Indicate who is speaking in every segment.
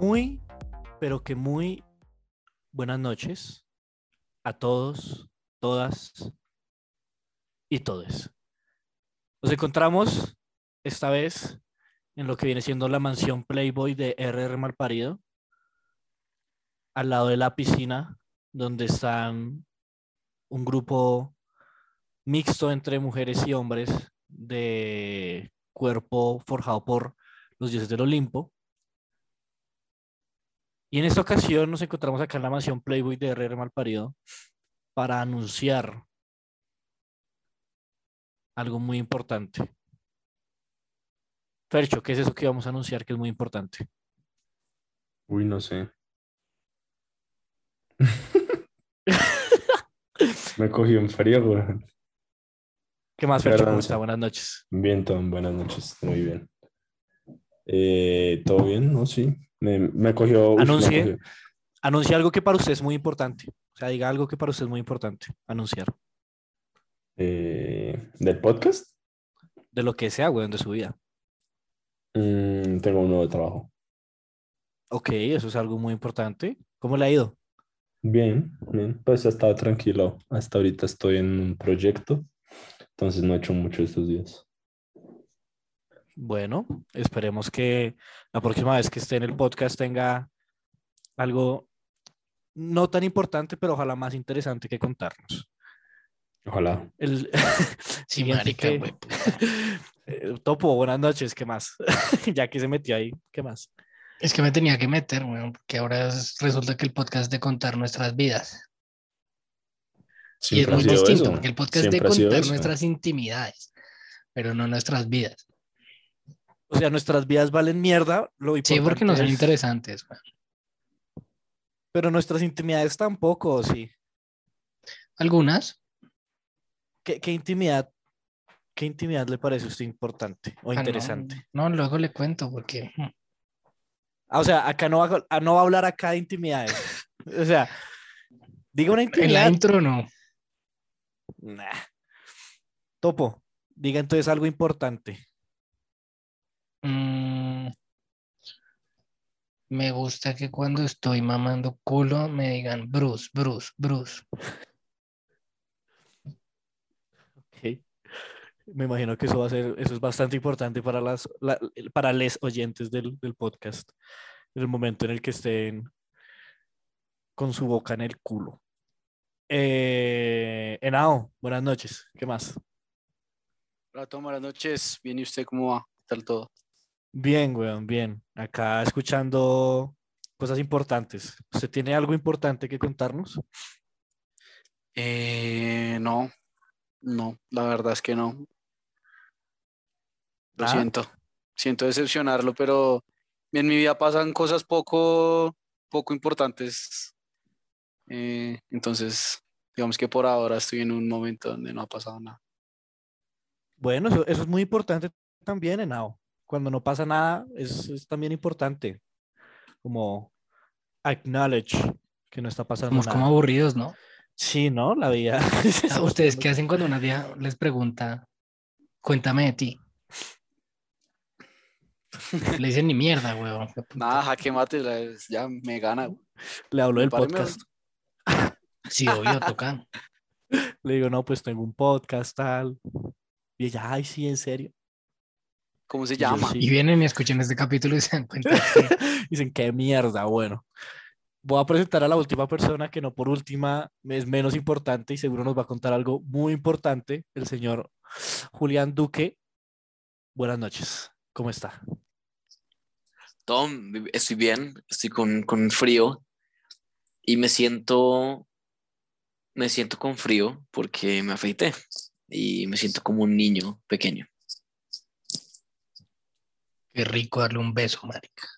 Speaker 1: Muy, pero que muy buenas noches a todos, todas y todes. Nos encontramos esta vez en lo que viene siendo la mansión Playboy de RR Malparido, al lado de la piscina donde están un grupo mixto entre mujeres y hombres de cuerpo forjado por los dioses del Olimpo. Y en esta ocasión nos encontramos acá en la mansión Playboy de RR Malparido para anunciar algo muy importante. Fercho, ¿qué es eso que vamos a anunciar que es muy importante?
Speaker 2: Uy, no sé. Me cogió en frío, güey.
Speaker 1: ¿Qué más, Fercho?
Speaker 2: Perdón,
Speaker 1: ¿Cómo
Speaker 2: sí.
Speaker 1: está? Buenas noches.
Speaker 2: Bien, Tom, buenas noches, muy bien. Eh, ¿todo bien? No, sí. Me, me cogió. uy, me
Speaker 1: Anuncie.
Speaker 2: cogió.
Speaker 1: Anuncia algo que para usted es muy importante. O sea, diga algo que para usted es muy importante anunciar.
Speaker 2: Eh, ¿del podcast?
Speaker 1: De lo que sea, weón, de su vida.
Speaker 2: Mm, tengo un nuevo trabajo.
Speaker 1: Ok, eso es algo muy importante. ¿Cómo le ha ido?
Speaker 2: Bien, bien. Pues he estado tranquilo. Hasta ahorita estoy en un proyecto, entonces no he hecho mucho estos días.
Speaker 1: Bueno, esperemos que la próxima vez que esté en el podcast tenga algo no tan importante, pero ojalá más interesante que contarnos.
Speaker 2: Ojalá.
Speaker 1: El
Speaker 3: Sí,
Speaker 1: siguiente
Speaker 3: marica,
Speaker 1: que-
Speaker 3: güey, puta.
Speaker 1: Eh, Topo, buenas noches, ¿qué más? ya que se metió ahí, ¿qué más?
Speaker 3: Es que me tenía que meter, weón, porque ahora es- resulta que el podcast de contar nuestras vidas. Y es
Speaker 2: Siempre ha
Speaker 3: muy
Speaker 2: sido
Speaker 3: distinto,
Speaker 2: eso.
Speaker 3: porque el podcast de
Speaker 2: Siempre ha sido
Speaker 3: contar
Speaker 2: eso.
Speaker 3: nuestras intimidades, pero no nuestras vidas.
Speaker 1: O sea, nuestras vidas valen mierda, lo
Speaker 3: Sí, porque no
Speaker 1: importante
Speaker 3: son
Speaker 1: es-
Speaker 3: interesantes, weón.
Speaker 1: Pero nuestras intimidades tampoco, sí.
Speaker 3: Algunas,
Speaker 1: ¿Qué, qué intimidad, qué intimidad le parece a usted importante o
Speaker 3: ah, no,
Speaker 1: interesante?
Speaker 3: No, luego le cuento, porque mm,
Speaker 1: Ah, o sea, acá no va, a- no va a hablar acá de intimidades. O sea, diga una
Speaker 3: en la
Speaker 1: intimidad.
Speaker 3: intro no.
Speaker 1: Nah. Topo, diga entonces algo importante.
Speaker 3: Mm, me gusta que cuando estoy mamando culo me digan Bruce, Bruce, Bruce.
Speaker 1: Me imagino que eso va a ser, eso es bastante importante para las, la- para les oyentes del, del podcast. En el momento en el que estén con su boca en el culo. Eh, Henao, buenas noches. ¿Qué más?
Speaker 4: Hola, Tom, buenas noches. Bien, ¿y usted cómo va? ¿Qué tal todo?
Speaker 1: Bien, weón, bien. Acá escuchando cosas importantes. ¿Usted tiene algo importante que contarnos?
Speaker 4: Eh, no, no, la verdad es que no. Lo
Speaker 1: Ah.
Speaker 4: siento, siento decepcionarlo, pero en mi vida pasan cosas poco, poco importantes. Eh, entonces, digamos que por ahora estoy en un momento donde no ha pasado nada.
Speaker 1: Bueno, eso, eso es muy importante también, Henao. Cuando no pasa nada, es, es también importante. Como acknowledge que no está pasando
Speaker 3: Somos como
Speaker 1: nada.
Speaker 3: aburridos, ¿no?
Speaker 1: Sí, ¿no? La vida.
Speaker 2: Ah,
Speaker 3: ¿A ¿Ustedes qué hacen cuando una vieja les pregunta, cuéntame de ti? Le dicen ni mierda, weón. qué puta.
Speaker 2: Ah.
Speaker 4: Nada, jaque mate, la- ya me gana.
Speaker 1: Le hablo del
Speaker 4: Páreme,
Speaker 1: podcast.
Speaker 3: Sí, obvio, toca.
Speaker 1: Le digo, no, pues tengo un podcast, tal. Y ella, ay, sí, en serio.
Speaker 4: ¿Cómo se
Speaker 1: Y yo,
Speaker 4: llama?
Speaker 1: "Sí".
Speaker 3: Y vienen y escuchan este capítulo y se dan cuenta que
Speaker 1: Dicen, qué mierda, bueno. Voy a presentar a la última persona que no por última es menos importante y seguro nos va a contar algo muy importante, el señor Julián Duque. Buenas noches, ¿cómo está?
Speaker 5: Tom, estoy bien, estoy con, con frío y me siento, me siento con frío porque me afeité y me siento como un niño pequeño.
Speaker 3: qué rico darle un beso, marica.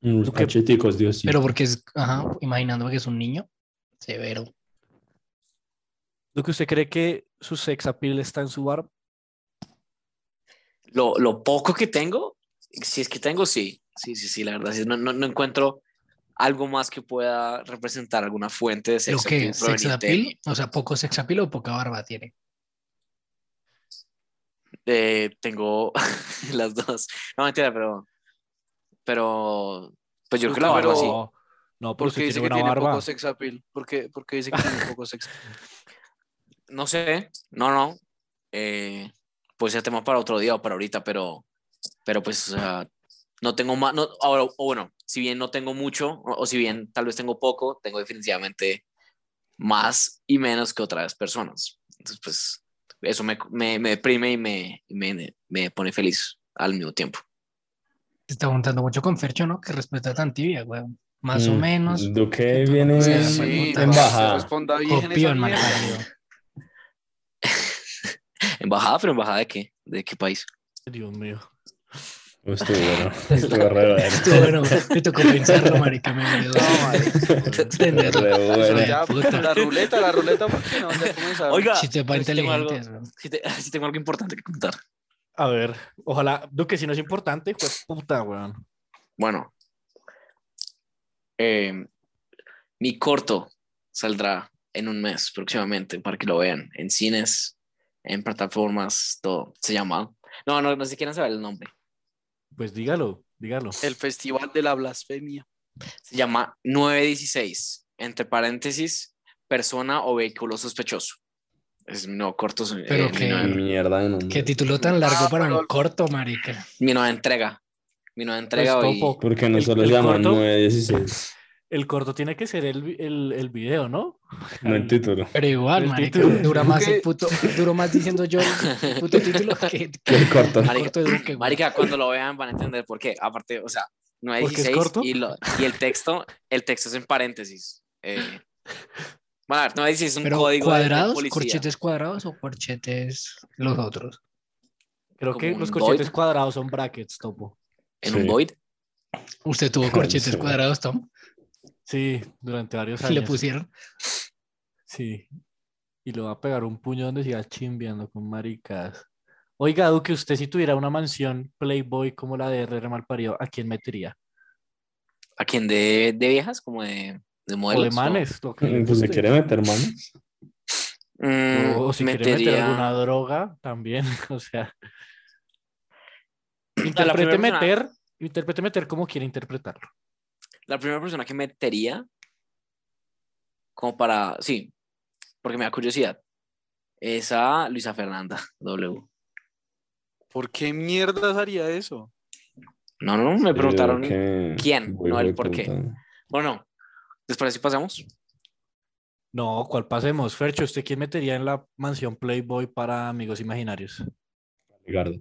Speaker 2: Unos
Speaker 1: Lo que-
Speaker 2: cacheticos, Dios. sí.
Speaker 3: Pero porque es, ajá, imaginando que es un niño, severo.
Speaker 1: ¿Lo que usted cree que su sex appeal está en su barba?
Speaker 5: Lo, lo poco que tengo, si es que tengo, sí, sí, sí, sí, la verdad, sí, no, no, no encuentro algo más que pueda representar alguna fuente de
Speaker 3: ¿Lo
Speaker 5: sexo.
Speaker 3: que sex appeal? O sea, poco sex appeal o poca barba tiene.
Speaker 5: Eh, tengo las dos. No, mentira, pero. Pero. Pues yo creo que la
Speaker 4: No,
Speaker 5: barba
Speaker 4: pero-
Speaker 5: sí.
Speaker 1: No, no, pero
Speaker 4: Porque
Speaker 1: usted
Speaker 4: dice
Speaker 1: tiene
Speaker 4: que
Speaker 1: una
Speaker 4: tiene
Speaker 1: barba.
Speaker 4: poco sex appeal. Porque, porque dice que tiene poco sex appeal.
Speaker 5: No sé, no, no. Eh, pues ya tema para otro día o para ahorita, pero, pero pues o sea, no tengo más. No, ahora, o bueno, si bien no tengo mucho, o, o si bien tal vez tengo poco, tengo definitivamente más y menos que otras personas. Entonces, pues eso me, me, me deprime y me, y me, me pone feliz al mismo tiempo.
Speaker 3: Te está juntando mucho con Fercho, ¿no? Que respeta tan tibia, weón. Más o
Speaker 2: Mm,
Speaker 3: menos.
Speaker 2: Duque
Speaker 3: Entonces,
Speaker 2: viene
Speaker 3: Sí,
Speaker 2: en-
Speaker 3: sí,
Speaker 2: en
Speaker 3: no,
Speaker 2: bajada.
Speaker 4: pues, Responda bien esa
Speaker 3: Copión, mal
Speaker 4: mierda.
Speaker 3: parido.
Speaker 5: Embajada, pero embajada de qué? ¿De qué país?
Speaker 1: Dios mío.
Speaker 2: Uy, Estuvo bueno. Estuvo re bueno.
Speaker 3: Tú, bueno, me tocó pensarlo, marica. Me dolió
Speaker 4: No, marica,
Speaker 3: entenderlo.
Speaker 2: Re
Speaker 4: pero
Speaker 2: bueno.
Speaker 4: ya, pues,
Speaker 3: puta.
Speaker 4: la ruleta, la ruleta, ¿por qué no? Ya comenzaron.
Speaker 5: Oiga,
Speaker 3: Chistes para
Speaker 5: pero sí tengo algo-
Speaker 3: inteligentes, weón.
Speaker 5: sí te- sí tengo algo importante que contar.
Speaker 1: A ver, ojalá, Duque, si no es importante, fue puta, weón.
Speaker 5: Bueno, eh, mi corto saldrá en un mes próximamente para que lo vean en cines, en plataformas, todo. Se llama. No, no, no sé quieren saber el nombre.
Speaker 1: Pues dígalo, dígalo.
Speaker 4: El festival de la blasfemia.
Speaker 5: Se llama 916, entre paréntesis, persona o vehículo sospechoso. Es mi nuevo corto. eh,
Speaker 3: Pero
Speaker 5: mi,
Speaker 3: qué-
Speaker 5: nueva,
Speaker 2: Mierda de nombre.
Speaker 3: Qué título tan largo
Speaker 4: Ah,
Speaker 3: para un
Speaker 4: pero-
Speaker 3: corto, marica.
Speaker 5: mi nueva entrega. Mi nueva
Speaker 1: Pues,
Speaker 5: entrega hoy.
Speaker 1: Topo,
Speaker 2: Porque no
Speaker 1: El-
Speaker 2: solo
Speaker 1: el
Speaker 2: se llaman
Speaker 1: corto.
Speaker 2: 916,
Speaker 1: el corto tiene que ser el, vi- el, el video, ¿no?
Speaker 2: no el título.
Speaker 3: Pero igual,
Speaker 1: El
Speaker 3: marica,
Speaker 1: título.
Speaker 3: dura más el
Speaker 4: Que-
Speaker 3: puto, duró más diciendo yo el puto título que, que
Speaker 2: El corto.
Speaker 5: Marica,
Speaker 3: corto de Duque, güey.
Speaker 5: Marica, cuando lo vean van a entender por qué. Aparte, o sea, no hay
Speaker 1: ¿Porque es
Speaker 5: 16
Speaker 1: corto?
Speaker 5: y, lo- y el texto, el texto es en paréntesis. Eh, bueno, a ver, no hay 16 es un
Speaker 3: Pero
Speaker 5: código de- de
Speaker 3: cuadrados,
Speaker 5: policía.
Speaker 3: corchetes cuadrados o corchetes los otros.
Speaker 1: Creo que
Speaker 5: Como
Speaker 1: los
Speaker 5: un
Speaker 1: corchetes
Speaker 5: Void.
Speaker 1: cuadrados son brackets, Topo.
Speaker 5: en
Speaker 2: Sí.
Speaker 5: un void.
Speaker 3: Usted tuvo corchetes
Speaker 2: Sí.
Speaker 3: cuadrados, Tom.
Speaker 1: Sí, durante varios
Speaker 3: Le
Speaker 1: años.
Speaker 3: pusieron.
Speaker 1: Sí. Y le va a pegar un puño donde siga chimbeando con maricas. Oiga, Duque, usted si tuviera una mansión Playboy como la de RR Malparido, ¿a quién metería?
Speaker 5: ¿A quién de, de viejas? Como de, de
Speaker 1: O
Speaker 5: modelos.
Speaker 1: de manes, lo que le
Speaker 2: Pues se
Speaker 1: guste.
Speaker 2: quiere meter manos.
Speaker 5: ¿no? Mm,
Speaker 1: O si
Speaker 5: metería...
Speaker 1: quiere meter alguna droga, también. O sea,
Speaker 5: A la,
Speaker 1: interprete
Speaker 5: primera persona,
Speaker 1: meter, interprete meter como quiere interpretarlo.
Speaker 5: la primera persona que metería, como para, sí, porque me da curiosidad, es a Luisa Fernanda, W.
Speaker 4: ¿Por qué mierdas haría eso?
Speaker 5: No, no, me preguntaron. quién,
Speaker 2: Voy,
Speaker 5: no el
Speaker 2: voy,
Speaker 5: por qué.
Speaker 2: puta.
Speaker 5: Bueno, ¿les parece si pasamos?
Speaker 1: No, ¿cuál pasemos? Fercho, ¿usted quién metería en la mansión Playboy para amigos imaginarios?
Speaker 2: Ricardo.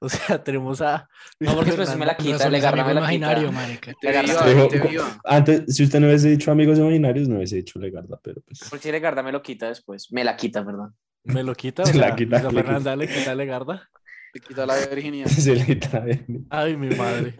Speaker 1: O sea, tenemos a.
Speaker 5: No, porque después me la
Speaker 1: Fernanda.
Speaker 5: quita,
Speaker 3: Razón,
Speaker 5: le
Speaker 3: es
Speaker 5: agarra,
Speaker 3: amigo
Speaker 5: me la
Speaker 3: imaginario,
Speaker 5: quita.
Speaker 3: marica.
Speaker 4: Te
Speaker 5: Legarda.
Speaker 4: viva,
Speaker 2: Dijo,
Speaker 4: te
Speaker 2: co-
Speaker 4: viva.
Speaker 2: antes, si usted no hubiese dicho amigos imaginarios, no hubiese dicho Legarda, pero pues.
Speaker 5: Porque si Legarda me lo quita después. Me la quita, perdón.
Speaker 1: Me lo quita. O
Speaker 2: Se la
Speaker 1: sea,
Speaker 2: quita,
Speaker 1: Luisa
Speaker 2: le quita.
Speaker 1: Fernanda le quita a Legarda.
Speaker 4: Te quita la virginidad.
Speaker 2: Se le trae.
Speaker 1: Ay, mi madre.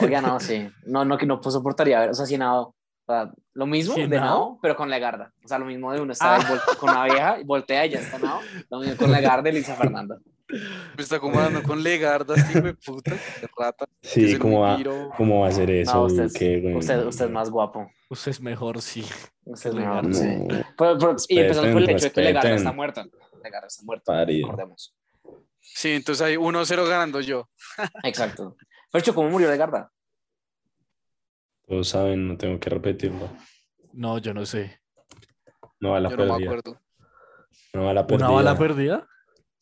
Speaker 5: Oiga, no, sí. No, no, que no pues, soportaría ver. O sea, si nado. O sea, lo mismo
Speaker 1: ¿Si
Speaker 5: de
Speaker 1: nado?
Speaker 5: nado, pero con Legarda. O sea, lo mismo de uno está
Speaker 1: Ah.
Speaker 5: ahí vol- con una vieja y voltea y ya está nado. Lo mismo con Legarda y Lisa Fernanda.
Speaker 4: Me está acomodando con legardas, hijo de puta. Qué rata. que es
Speaker 2: Sí,
Speaker 4: el
Speaker 2: ¿cómo va,
Speaker 4: vampiro.
Speaker 2: ¿cómo va a hacer eso?
Speaker 5: No, usted, es-
Speaker 2: Duque, güey?
Speaker 5: usted, usted es más guapo.
Speaker 1: Usted es mejor, sí.
Speaker 5: Usted es
Speaker 1: Legarda.
Speaker 5: mejor,
Speaker 2: No,
Speaker 5: sí. Pero- pero- y empezando por el hecho de que Legarda
Speaker 2: respeten.
Speaker 5: está muerta. Legarda está muerta.
Speaker 2: parido.
Speaker 5: Recordemos.
Speaker 4: Sí, entonces hay 1-0 ganando yo.
Speaker 5: Exacto. Fercho, ¿cómo murió Legarda?
Speaker 2: Todos saben, no tengo que repetirlo.
Speaker 1: No, yo no sé.
Speaker 2: No va la
Speaker 4: Yo no me
Speaker 2: pérdida.
Speaker 4: acuerdo.
Speaker 2: No va la pérdida.
Speaker 1: ¿Una bala perdida?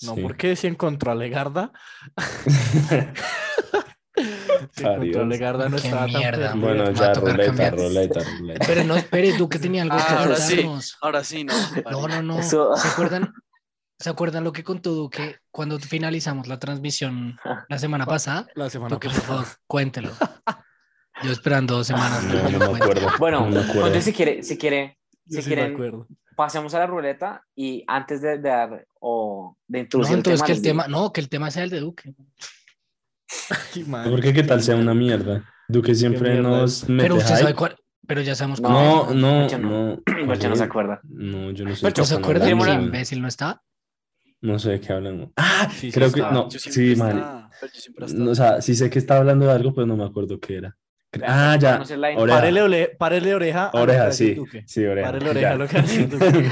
Speaker 1: No,
Speaker 2: Sí.
Speaker 1: porque si encontró a Legarda. si encontró a
Speaker 2: Adiós.
Speaker 1: Legarda, no
Speaker 3: Qué
Speaker 1: estaba tan
Speaker 3: mierda.
Speaker 1: perdida.
Speaker 2: Bueno,
Speaker 3: Me va a
Speaker 2: ya,
Speaker 3: tocar
Speaker 2: ruleta,
Speaker 3: cambiar.
Speaker 2: ruleta, ruleta.
Speaker 3: Pero no esperes, Duque tenía algo que
Speaker 4: Ah, ahora sí.
Speaker 3: contarnos.
Speaker 4: Ahora sí, no.
Speaker 3: No, no,
Speaker 2: Ah.
Speaker 3: no. ¿Se
Speaker 5: Eso-
Speaker 3: acuerdan? ¿Se acuerdan lo que contó Duque cuando finalizamos la transmisión la semana pasada?
Speaker 1: La semana
Speaker 3: Duque, por
Speaker 1: pasada.
Speaker 3: favor, cuéntelo. Yo esperando dos semanas. para
Speaker 2: No,
Speaker 3: que
Speaker 2: no Ah, me
Speaker 3: lo cuente.
Speaker 2: acuerdo.
Speaker 5: Bueno,
Speaker 2: no me acuerdo.
Speaker 5: entonces si quiere, si quiere,
Speaker 1: Yo
Speaker 5: Si
Speaker 1: sí me
Speaker 5: quieren-
Speaker 1: acuerdo.
Speaker 5: pasemos a la ruleta y antes de, de dar o de
Speaker 3: No,
Speaker 5: introducir
Speaker 3: entonces que
Speaker 5: les
Speaker 3: el
Speaker 5: digo.
Speaker 3: tema, no, que el tema sea el de Duque.
Speaker 1: Ay, madre.
Speaker 2: ¿Por qué qué tal sea una mierda? Duque siempre
Speaker 1: mierda
Speaker 2: nos mete
Speaker 3: Pero usted
Speaker 2: hype.
Speaker 3: sabe cuál. Pero ya sabemos cuál.
Speaker 2: No,
Speaker 5: No,
Speaker 2: no,
Speaker 5: Fercho
Speaker 2: no.
Speaker 5: no. Porque no se acuerda.
Speaker 2: No, yo no sé.
Speaker 5: Fercho,
Speaker 2: qué
Speaker 3: ¿No se
Speaker 2: están
Speaker 3: acuerdan que
Speaker 2: hablando, güey.
Speaker 3: imbécil no está?
Speaker 2: No sé de qué hablamos. Ah,
Speaker 1: Sí, sí
Speaker 2: creo que
Speaker 1: está.
Speaker 2: no.
Speaker 4: Yo
Speaker 2: Sí,
Speaker 4: siempre
Speaker 2: man.
Speaker 4: estaba, yo siempre
Speaker 2: No,
Speaker 4: estaba.
Speaker 2: O sea, sí sé que está hablando de algo, pero no me acuerdo qué era. Cre- Ah, ya.
Speaker 5: Conocer la-
Speaker 2: Oreja.
Speaker 1: Párele, ole- párele oreja. a lo que va a
Speaker 2: Oreja,
Speaker 1: decir
Speaker 2: sí.
Speaker 1: Duque.
Speaker 2: Sí, oreja.
Speaker 1: Párele oreja
Speaker 2: ya.
Speaker 1: a lo que va a decir Duque.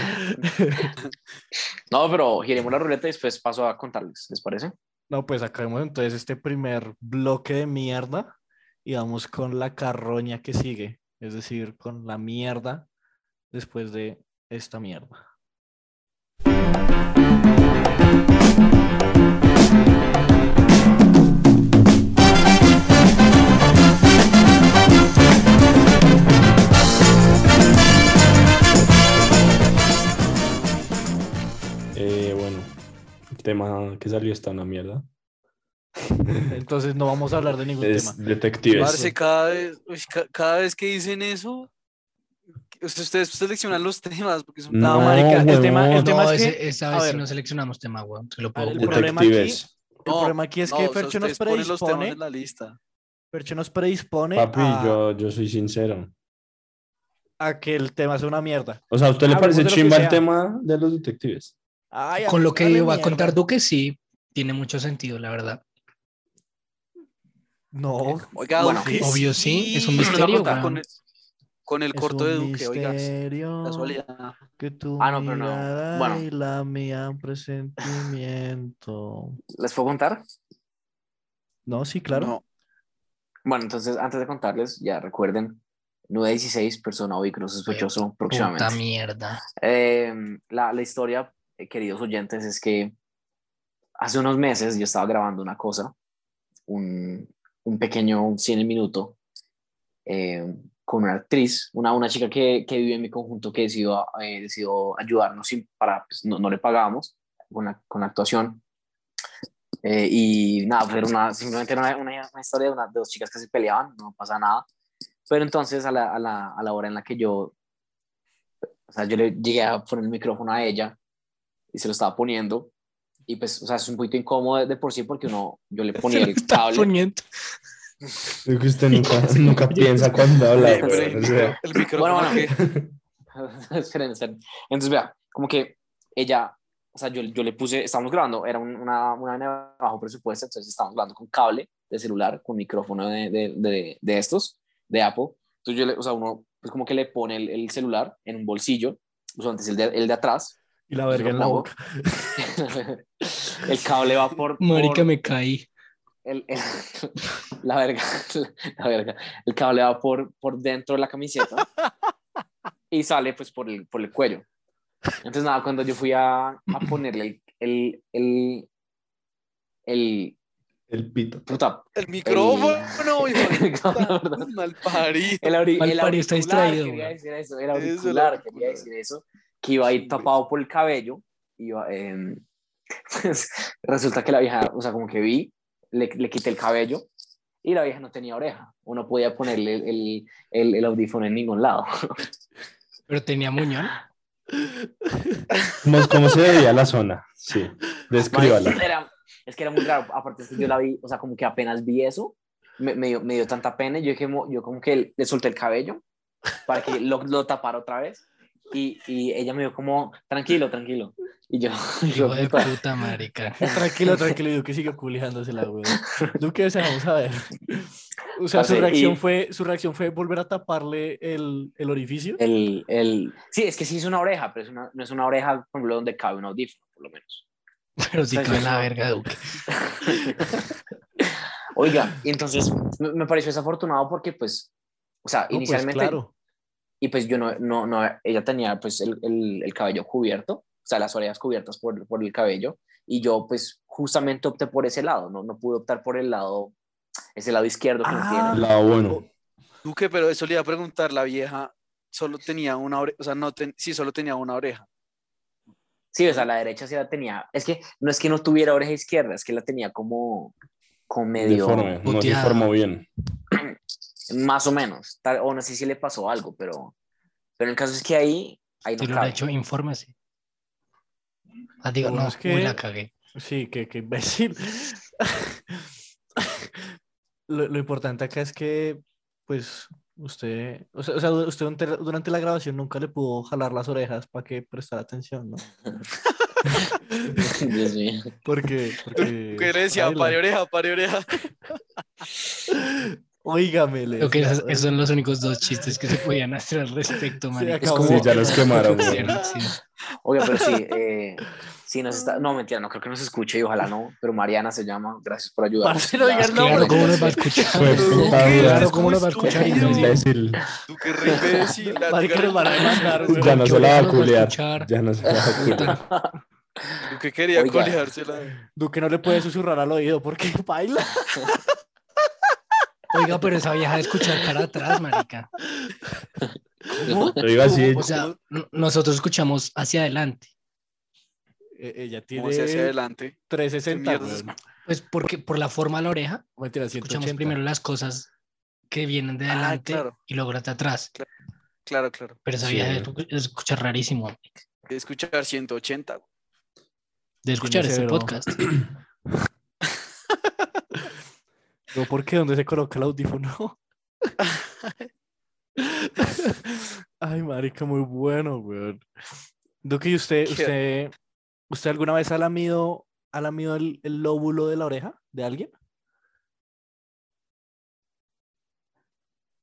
Speaker 5: No, pero giremos la ruleta y después paso a contarles, ¿les parece?
Speaker 1: No, pues acabemos entonces este primer bloque de mierda y vamos con la carroña que sigue, es decir, con la mierda después de esta mierda.
Speaker 2: Eh, bueno, el tema que salió está una mierda.
Speaker 1: Entonces no vamos a hablar de ningún
Speaker 2: Es
Speaker 1: tema.
Speaker 2: detectives.
Speaker 1: Parce-
Speaker 4: Parce, cada vez, uy, ca- cada vez que dicen eso, o sea, ustedes seleccionan los temas porque son
Speaker 1: No,
Speaker 2: No,
Speaker 1: marica, el
Speaker 2: huevón.
Speaker 1: tema, el
Speaker 2: No,
Speaker 1: tema
Speaker 3: No,
Speaker 1: es
Speaker 3: ese-
Speaker 1: que
Speaker 3: esa
Speaker 1: a
Speaker 3: vez sí
Speaker 1: ver.
Speaker 3: no seleccionamos tema, weón. Te lo puedo
Speaker 1: el
Speaker 3: jurar.
Speaker 1: problema aquí-
Speaker 2: Detectives.
Speaker 1: el problema aquí es
Speaker 4: no,
Speaker 1: que
Speaker 4: o sea,
Speaker 1: Fercho nos
Speaker 4: ustedes ponen los temas
Speaker 1: predispone,
Speaker 4: en la lista.
Speaker 1: Fercho nos predispone
Speaker 2: Papi,
Speaker 1: a,
Speaker 2: yo, yo soy sincero.
Speaker 1: a que el tema sea una mierda.
Speaker 2: O sea, ¿a usted le
Speaker 1: Hablemos
Speaker 2: parece
Speaker 1: de lo que
Speaker 2: chimba el
Speaker 1: sea.
Speaker 2: tema de los detectives?
Speaker 1: Ay, a
Speaker 3: Con
Speaker 1: mí
Speaker 3: lo que
Speaker 1: vale
Speaker 3: va a
Speaker 1: mierda.
Speaker 3: contar Duque, sí, tiene mucho sentido, la verdad.
Speaker 1: No,
Speaker 4: Oiga,
Speaker 5: Bueno,
Speaker 4: Duque,
Speaker 3: obvio sí, es un
Speaker 4: nos va a
Speaker 3: misterio,
Speaker 4: contar
Speaker 3: weón.
Speaker 4: Con el, con el
Speaker 1: es
Speaker 4: corto
Speaker 1: un
Speaker 4: de Duque, oiga,
Speaker 1: misterio
Speaker 4: casualidad.
Speaker 1: que tu
Speaker 5: Ah, no, pero no.
Speaker 1: mirada
Speaker 5: Bueno.
Speaker 1: y la mía un presentimiento.
Speaker 5: ¿Les puedo contar?
Speaker 1: No, sí, claro.
Speaker 4: No,
Speaker 5: Bueno, entonces, antes de contarles, ya recuerden, 916, persona vehículo sospechoso próximamente.
Speaker 3: Puta mierda.
Speaker 5: Eh, la, la historia, eh, queridos oyentes, es que hace unos meses yo estaba grabando una cosa, un, un pequeño cine minuto, eh, con una actriz, una, una chica que, que vive en mi conjunto que decidió, eh, decidió ayudarnos sin, para, pues, no, no le pagábamos con la, con la actuación. Eh, y nada, pero una, simplemente era una, una- una historia de, una- de dos chicas que se peleaban, no pasa nada. Pero entonces a la, a la- a la hora en la que yo o sea, yo le llegué a poner el micrófono a ella y se lo estaba poniendo. Y pues, o sea, es un poquito incómodo de, de por sí porque uno, yo le ponía el cable.
Speaker 3: Poniendo.
Speaker 2: Es que usted nunca, nunca piensa cuando habla,
Speaker 4: Siempre.
Speaker 2: weón, o sea.
Speaker 4: el micrófono
Speaker 5: Bueno, bueno.
Speaker 4: que-
Speaker 5: Esperen, esperen. Entonces, vea, como que ella, o sea, yo, yo le puse, estábamos grabando, era un- una, una vaina de bajo presupuesto, entonces estábamos grabando con cable de celular, con micrófono de, de, de- de estos, de Apple. Entonces, yo le, o sea, uno, pues como que le pone el, el celular en un bolsillo, usualmente es el de, el de atrás.
Speaker 1: Y la verga en la
Speaker 5: Supongo.
Speaker 1: boca.
Speaker 5: el cable va por.
Speaker 3: Marica,
Speaker 5: por-
Speaker 3: me caí.
Speaker 5: el- el- la verga, la verga. El cable va por, por dentro de la camiseta y sale pues por el, por el cuello. Entonces nada, cuando yo fui a, a ponerle el, el, el, el-
Speaker 2: El pito.
Speaker 5: puta,
Speaker 4: el micrófono, hijo de
Speaker 5: el,
Speaker 4: puta, mal parido.
Speaker 5: el, auri-
Speaker 3: Mal
Speaker 5: el
Speaker 3: parido, está
Speaker 5: auricular,
Speaker 3: distraído,
Speaker 5: quería
Speaker 3: güey.
Speaker 5: decir eso,
Speaker 4: Eso,
Speaker 5: el
Speaker 4: el
Speaker 5: auricular, quería
Speaker 4: auricular.
Speaker 5: decir eso, que iba a ir
Speaker 4: Sí,
Speaker 5: tapado por el cabello, iba, eh, pues, resulta que la vieja, o sea, como que vi, le, le quité el cabello y la vieja no tenía oreja, o no podía ponerle el, el, el- el audífono en ningún lado.
Speaker 3: Pero tenía muñón.
Speaker 2: ¿Cómo, cómo se veía la zona? Sí, descríbala.
Speaker 5: Era- es que era muy raro, aparte es que yo la vi, o sea, como que apenas vi eso, me, me dio, me dio tanta pena, y yo dije, mo- yo como que le solté el cabello para que lo, lo tapara otra vez. Y, y ella me dio como, tranquilo, tranquilo. Y yo, yo, pues,
Speaker 3: Hijo de
Speaker 5: puta.
Speaker 3: puta, marica.
Speaker 1: Tranquilo, tranquilo, y Duque sigue culiándose la weón. Duque, o sea, vamos a ver. O sea, su
Speaker 5: Parce,
Speaker 1: reacción,
Speaker 5: y-
Speaker 1: fue, su reacción fue volver a taparle el, el orificio.
Speaker 5: El, el... Sí, es que sí es una oreja, pero es una- no es una oreja, por ejemplo, donde cabe un audífono, por lo menos.
Speaker 3: Pero sí
Speaker 5: Sí, sí,
Speaker 3: cae en la
Speaker 5: sí.
Speaker 3: verga, Duque.
Speaker 5: Oiga, y entonces me, me pareció desafortunado porque, pues, o sea,
Speaker 1: No, pues,
Speaker 5: inicialmente,
Speaker 1: claro.
Speaker 5: y pues yo no, no, no, ella tenía pues el, el- el cabello cubierto, o sea, las orejas cubiertas por, por el cabello, y yo pues justamente opté por ese lado, no, no pude optar por el lado, ese lado izquierdo que no
Speaker 1: Ah.
Speaker 5: tiene.
Speaker 2: La bueno.
Speaker 4: Duque, pero eso le iba a preguntar, la vieja solo tenía una oreja, o sea, no ten- sí, solo tenía una oreja.
Speaker 5: Sí, o sea, la derecha sí la tenía, es que no es que no tuviera oreja izquierda, es que la tenía como, como medio...
Speaker 2: Deforme, no se
Speaker 3: puteada.
Speaker 2: formó bien.
Speaker 5: Más o menos. Tal, o no sé si le pasó algo, pero, pero el caso es que ahí, ahí no
Speaker 3: Te lo han
Speaker 5: cabe.
Speaker 3: hecho, infórmese. Ah, digo,
Speaker 1: Bueno,
Speaker 3: no,
Speaker 1: es que-
Speaker 3: uy, la cagué.
Speaker 1: Sí, qué, qué imbécil. lo, lo importante acá es que, pues, usted, o sea, o sea, usted durante, la- durante la grabación nunca le pudo jalar las orejas para que prestara atención, ¿no?
Speaker 5: Dios mío.
Speaker 1: Porque, porque
Speaker 4: Duque le decía,
Speaker 1: baila.
Speaker 4: pare oreja, pare oreja.
Speaker 1: Óigame, le
Speaker 3: Creo que
Speaker 1: decía,
Speaker 3: esos, esos son los únicos dos chistes que se podían hacer al respecto, marica.
Speaker 1: acabó.
Speaker 5: como-
Speaker 2: Sí, ya los quemaron.
Speaker 3: Sí,
Speaker 2: weón.
Speaker 3: sí.
Speaker 5: Oiga, pero sí, eh, Sí, nos está... No, mentira, no creo que nos escuche y ojalá no, pero Mariana se llama. Gracias por ayudar.
Speaker 1: Parce, no digas
Speaker 5: Claro,
Speaker 1: nombres.
Speaker 3: Claro, ¿cómo nos va a
Speaker 2: Fue
Speaker 3: escuchar?
Speaker 2: puta
Speaker 3: Claro,
Speaker 2: vida.
Speaker 3: ¿cómo nos va a escuchar?
Speaker 4: Estúpido.
Speaker 2: Imbécil.
Speaker 4: Tú qué re imbécil. la
Speaker 1: Marica,
Speaker 4: tigra-
Speaker 1: nos van a demandar, güey.
Speaker 2: Ya no se la va a
Speaker 3: ¿Cómo nos
Speaker 2: culear.
Speaker 3: escuchar?
Speaker 2: Ya no se la va a culear.
Speaker 4: Tú que quería
Speaker 5: Oiga.
Speaker 4: coleársela.
Speaker 1: Duque no le puede susurrar al oído porque baila.
Speaker 3: Oiga, pero esa vieja de escuchar cara atrás, marica.
Speaker 1: ¿Cómo?
Speaker 2: Lo digo así.
Speaker 3: O sea, n- nosotros escuchamos hacia adelante.
Speaker 1: Eh, Ella tiene
Speaker 4: ¿Cómo se hace adelante? Qué
Speaker 1: 360.
Speaker 4: mierda.
Speaker 1: güey.
Speaker 3: Pues porque por la forma de la oreja,
Speaker 1: Mentira,
Speaker 3: escuchamos
Speaker 1: 180.
Speaker 3: primero las cosas que vienen de
Speaker 4: Ah,
Speaker 3: adelante
Speaker 4: claro.
Speaker 3: y logran de atrás.
Speaker 4: Claro, claro.
Speaker 3: Pero esa
Speaker 2: Sí.
Speaker 3: vieja de escuchar rarísimo, marica.
Speaker 4: De escuchar 180. güey.
Speaker 3: de escuchar este
Speaker 1: cerebro.
Speaker 3: podcast.
Speaker 1: No, ¿por qué? ¿Dónde se coloca el audífono? Ay, marica, muy bueno, weón. Duque, ¿y usted,
Speaker 4: ¿Qué?
Speaker 1: usted, usted alguna vez ha lamido, ha lamido el, el lóbulo de la oreja de alguien?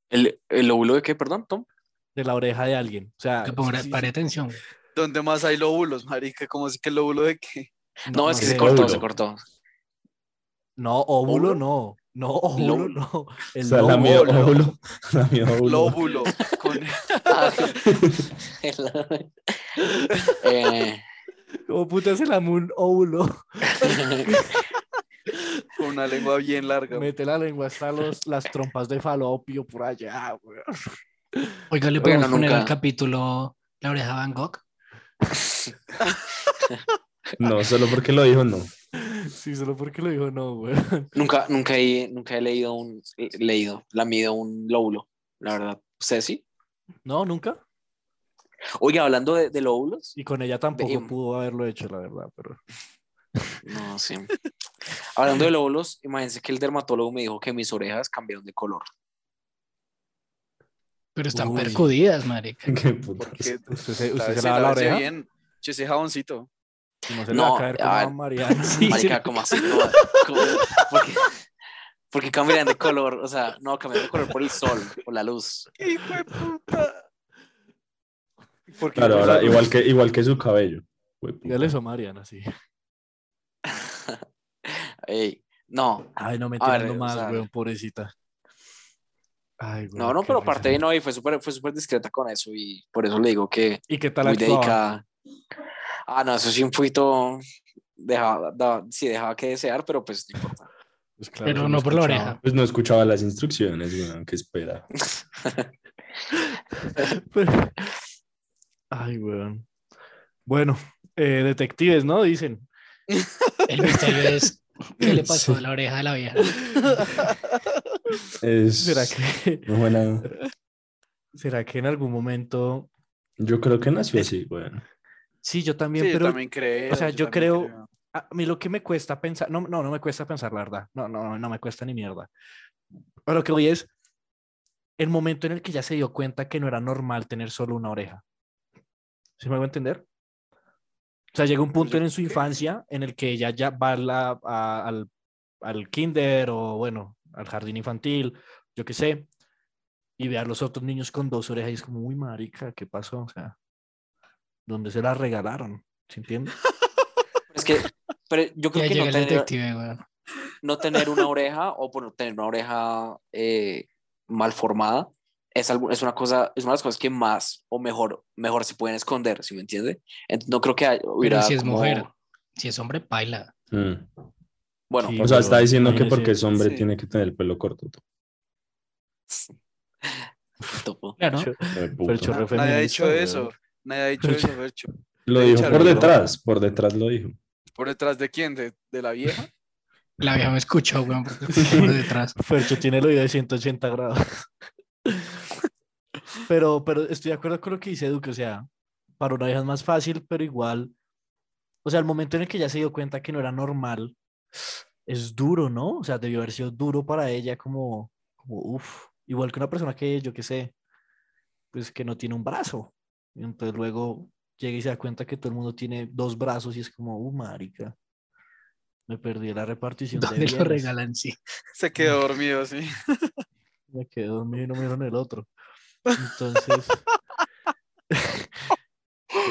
Speaker 5: ¿El, ¿El lóbulo de qué, perdón, Tom?
Speaker 1: De la oreja de alguien. O sea,
Speaker 3: Que ponga,
Speaker 1: sí, sí,
Speaker 3: pare atención.
Speaker 4: ¿Dónde más hay lóbulos, marica? ¿Cómo es que el lóbulo de qué?
Speaker 5: No, es que
Speaker 1: sé.
Speaker 5: se cortó,
Speaker 2: Lóbulo.
Speaker 5: se cortó.
Speaker 1: No, óvulo
Speaker 5: ¿Óvulo?
Speaker 1: no. No, óvulo
Speaker 5: Lóbulo.
Speaker 1: no.
Speaker 2: O
Speaker 1: El
Speaker 2: sea, la
Speaker 1: lóbulo.
Speaker 2: mía
Speaker 4: Lóbulo.
Speaker 2: óvulo. La mía óvulo.
Speaker 4: Lóbulo. Con...
Speaker 5: Eh,
Speaker 1: ¿Cómo puta se lame un óvulo?
Speaker 4: con una lengua bien larga. güey.
Speaker 1: Mete la lengua hasta los, las trompas de falopio por allá, weón.
Speaker 3: Oiga, le
Speaker 5: Oiga,
Speaker 3: podemos
Speaker 5: no,
Speaker 3: poner el
Speaker 5: nunca.
Speaker 3: capítulo La oreja Van Gogh.
Speaker 2: No, solo porque lo dijo, no.
Speaker 1: Sí, solo porque lo dijo no, weón.
Speaker 5: nunca, nunca, he, nunca he leído un, leído, lamido un lóbulo, la verdad. ¿Usted sí?
Speaker 1: No, nunca.
Speaker 5: Oye, hablando de, de lóbulos.
Speaker 1: Y con ella tampoco
Speaker 5: Damn.
Speaker 1: pudo haberlo hecho, la verdad, pero.
Speaker 5: No, sí. Hablando de lóbulos, imagínense que el dermatólogo me dijo que mis orejas cambiaron de color.
Speaker 3: Pero están
Speaker 1: Uy.
Speaker 3: percudidas, marica.
Speaker 2: Qué puta.
Speaker 4: Porque
Speaker 1: Usted se,
Speaker 4: la
Speaker 1: usted se
Speaker 4: vez-
Speaker 1: lava la
Speaker 4: vez
Speaker 1: oreja
Speaker 4: bien. Che, ese jaboncito.
Speaker 1: y no se le va
Speaker 5: No,
Speaker 1: a caer con
Speaker 5: ah,
Speaker 1: la Mariana.
Speaker 3: sí.
Speaker 5: Marica, ¿cómo así? No, ¿cómo? ¿Por qué, por qué cambiarían de color? O sea, no, cambiarían de color por el sol, por la luz.
Speaker 4: ¡Hijo de puta! ¿Por qué
Speaker 2: Claro,
Speaker 4: no
Speaker 2: ahora
Speaker 4: sabes?
Speaker 2: igual que, igual que su cabello. Güey, puta.
Speaker 1: Dígale eso a Mariana, sí.
Speaker 5: Ey, no,
Speaker 1: Ay, no me
Speaker 5: A ver,
Speaker 1: entiendo
Speaker 5: o
Speaker 1: más,
Speaker 5: sea-
Speaker 1: weón, pobrecita. Ay, weón,
Speaker 5: no, no,
Speaker 1: qué
Speaker 5: pero
Speaker 1: risa.
Speaker 5: aparte de no, y fue súper fue súper discreta con eso y por eso le digo que
Speaker 1: ¿Y qué tal
Speaker 5: muy
Speaker 1: actuaba?
Speaker 5: dedicada. Ah, no, eso sí un poquito dejaba, daba- sí dejaba que desear, pero pues no importa.
Speaker 1: Pues claro,
Speaker 3: Pero
Speaker 1: yo
Speaker 3: no por la
Speaker 1: escuchaba.
Speaker 3: oreja.
Speaker 2: Pues no escuchaba las instrucciones, weón, que espera.
Speaker 1: Pero- Ay, weón. Bueno, eh, detectives, ¿no? Dicen.
Speaker 3: El misterio es qué le pasó
Speaker 2: Sí.
Speaker 3: a la oreja de la vieja.
Speaker 2: Es
Speaker 1: ¿Será que,
Speaker 2: muy buena.
Speaker 1: ¿Será que en algún momento...
Speaker 2: Yo creo que nació así, weón.
Speaker 1: Sí, yo también,
Speaker 4: Sí, yo
Speaker 1: pero
Speaker 4: también creo.
Speaker 1: o sea, yo
Speaker 4: también
Speaker 1: creo- A mí lo que me cuesta pensar, no, no, no me cuesta pensar, la verdad. No, no, no me cuesta ni mierda. Pero lo que voy es el momento en el que ya se dio cuenta que no era normal tener solo una oreja. ¿Se me va a entender? O sea, llega un punto en su infancia en el que ella ya va a la- a- al, al kinder o, bueno, al jardín infantil, yo qué sé, y ve a los otros niños con dos orejas y es como, uy, marica, ¿qué pasó? O sea, ¿dónde se la regalaron? ¿Se entiende?
Speaker 5: Es que, pero yo
Speaker 3: Y
Speaker 5: creo
Speaker 3: ahí
Speaker 5: que
Speaker 3: llega
Speaker 5: no
Speaker 3: el
Speaker 5: tener,
Speaker 3: detective, weón.
Speaker 5: no tener una oreja o por no tener una oreja eh, mal formada es, algo, es una cosa es una de las cosas que más o mejor mejor se pueden esconder si me entiende Ent- no creo que hay- hubiera
Speaker 3: Pero si es
Speaker 5: como-
Speaker 3: mujer, si es hombre, paila.
Speaker 2: Mm.
Speaker 5: bueno
Speaker 1: Sí,
Speaker 2: O sea,
Speaker 1: pero
Speaker 2: está diciendo que
Speaker 1: imagínese.
Speaker 2: porque es hombre
Speaker 4: Sí.
Speaker 2: tiene que tener el pelo corto. tú.
Speaker 5: topo.
Speaker 3: Claro.
Speaker 2: Hijo de puta.
Speaker 1: Fercho re
Speaker 4: Nadie ha
Speaker 1: feminista,
Speaker 4: dicho
Speaker 1: weón.
Speaker 4: eso. Nadie ha dicho eso, Bercho.
Speaker 2: Lo dijo
Speaker 4: Charlie,
Speaker 2: por
Speaker 4: ¿no?
Speaker 2: detrás, por detrás lo dijo.
Speaker 4: ¿Por detrás de quién? ¿De, de la vieja?
Speaker 3: La vieja me escuchó, weón, porque escuchó por detrás.
Speaker 1: Fercho tiene el oído de 180 grados. Pero, pero estoy de acuerdo con lo que dice Duque, o sea, para una vieja es más fácil, pero igual, o sea, el momento en el que ya se dio cuenta que no era normal, es duro, ¿no? O sea, debió haber sido duro para ella como, como uff, igual que una persona que yo qué sé, pues que no tiene un brazo. Y entonces luego llega y se da cuenta que todo el mundo tiene dos brazos y es como, uh, marica, me perdí la repartición. de
Speaker 3: ¿Dónde lo
Speaker 1: bienes".
Speaker 3: regalan? Sí.
Speaker 4: Se quedó dormido, sí.
Speaker 1: me quedé dormido y no me dieron el otro. Entonces,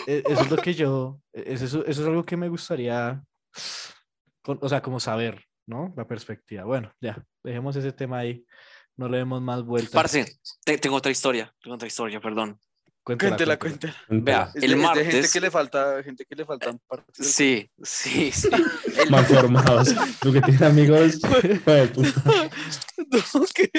Speaker 1: e- eso es lo que yo, es- eso, eso es algo que me gustaría, con- o sea, como saber, ¿no? La perspectiva. Bueno, ya, dejemos ese tema ahí, no le demos más vueltas.
Speaker 5: Parce, te- tengo otra historia, tengo otra historia, perdón.
Speaker 1: Cuéntela,
Speaker 4: Cuéntela,
Speaker 1: cuéntela.
Speaker 4: cuéntela.
Speaker 5: Vea,
Speaker 4: Es
Speaker 5: el
Speaker 4: de- es de
Speaker 5: martes.
Speaker 4: gente que le falta, gente que le faltan partidos.
Speaker 5: Sí, sí, sí.
Speaker 4: El-
Speaker 2: Mal formados. Tú que tienes amigos. joder, puta.
Speaker 4: No, ¿qué?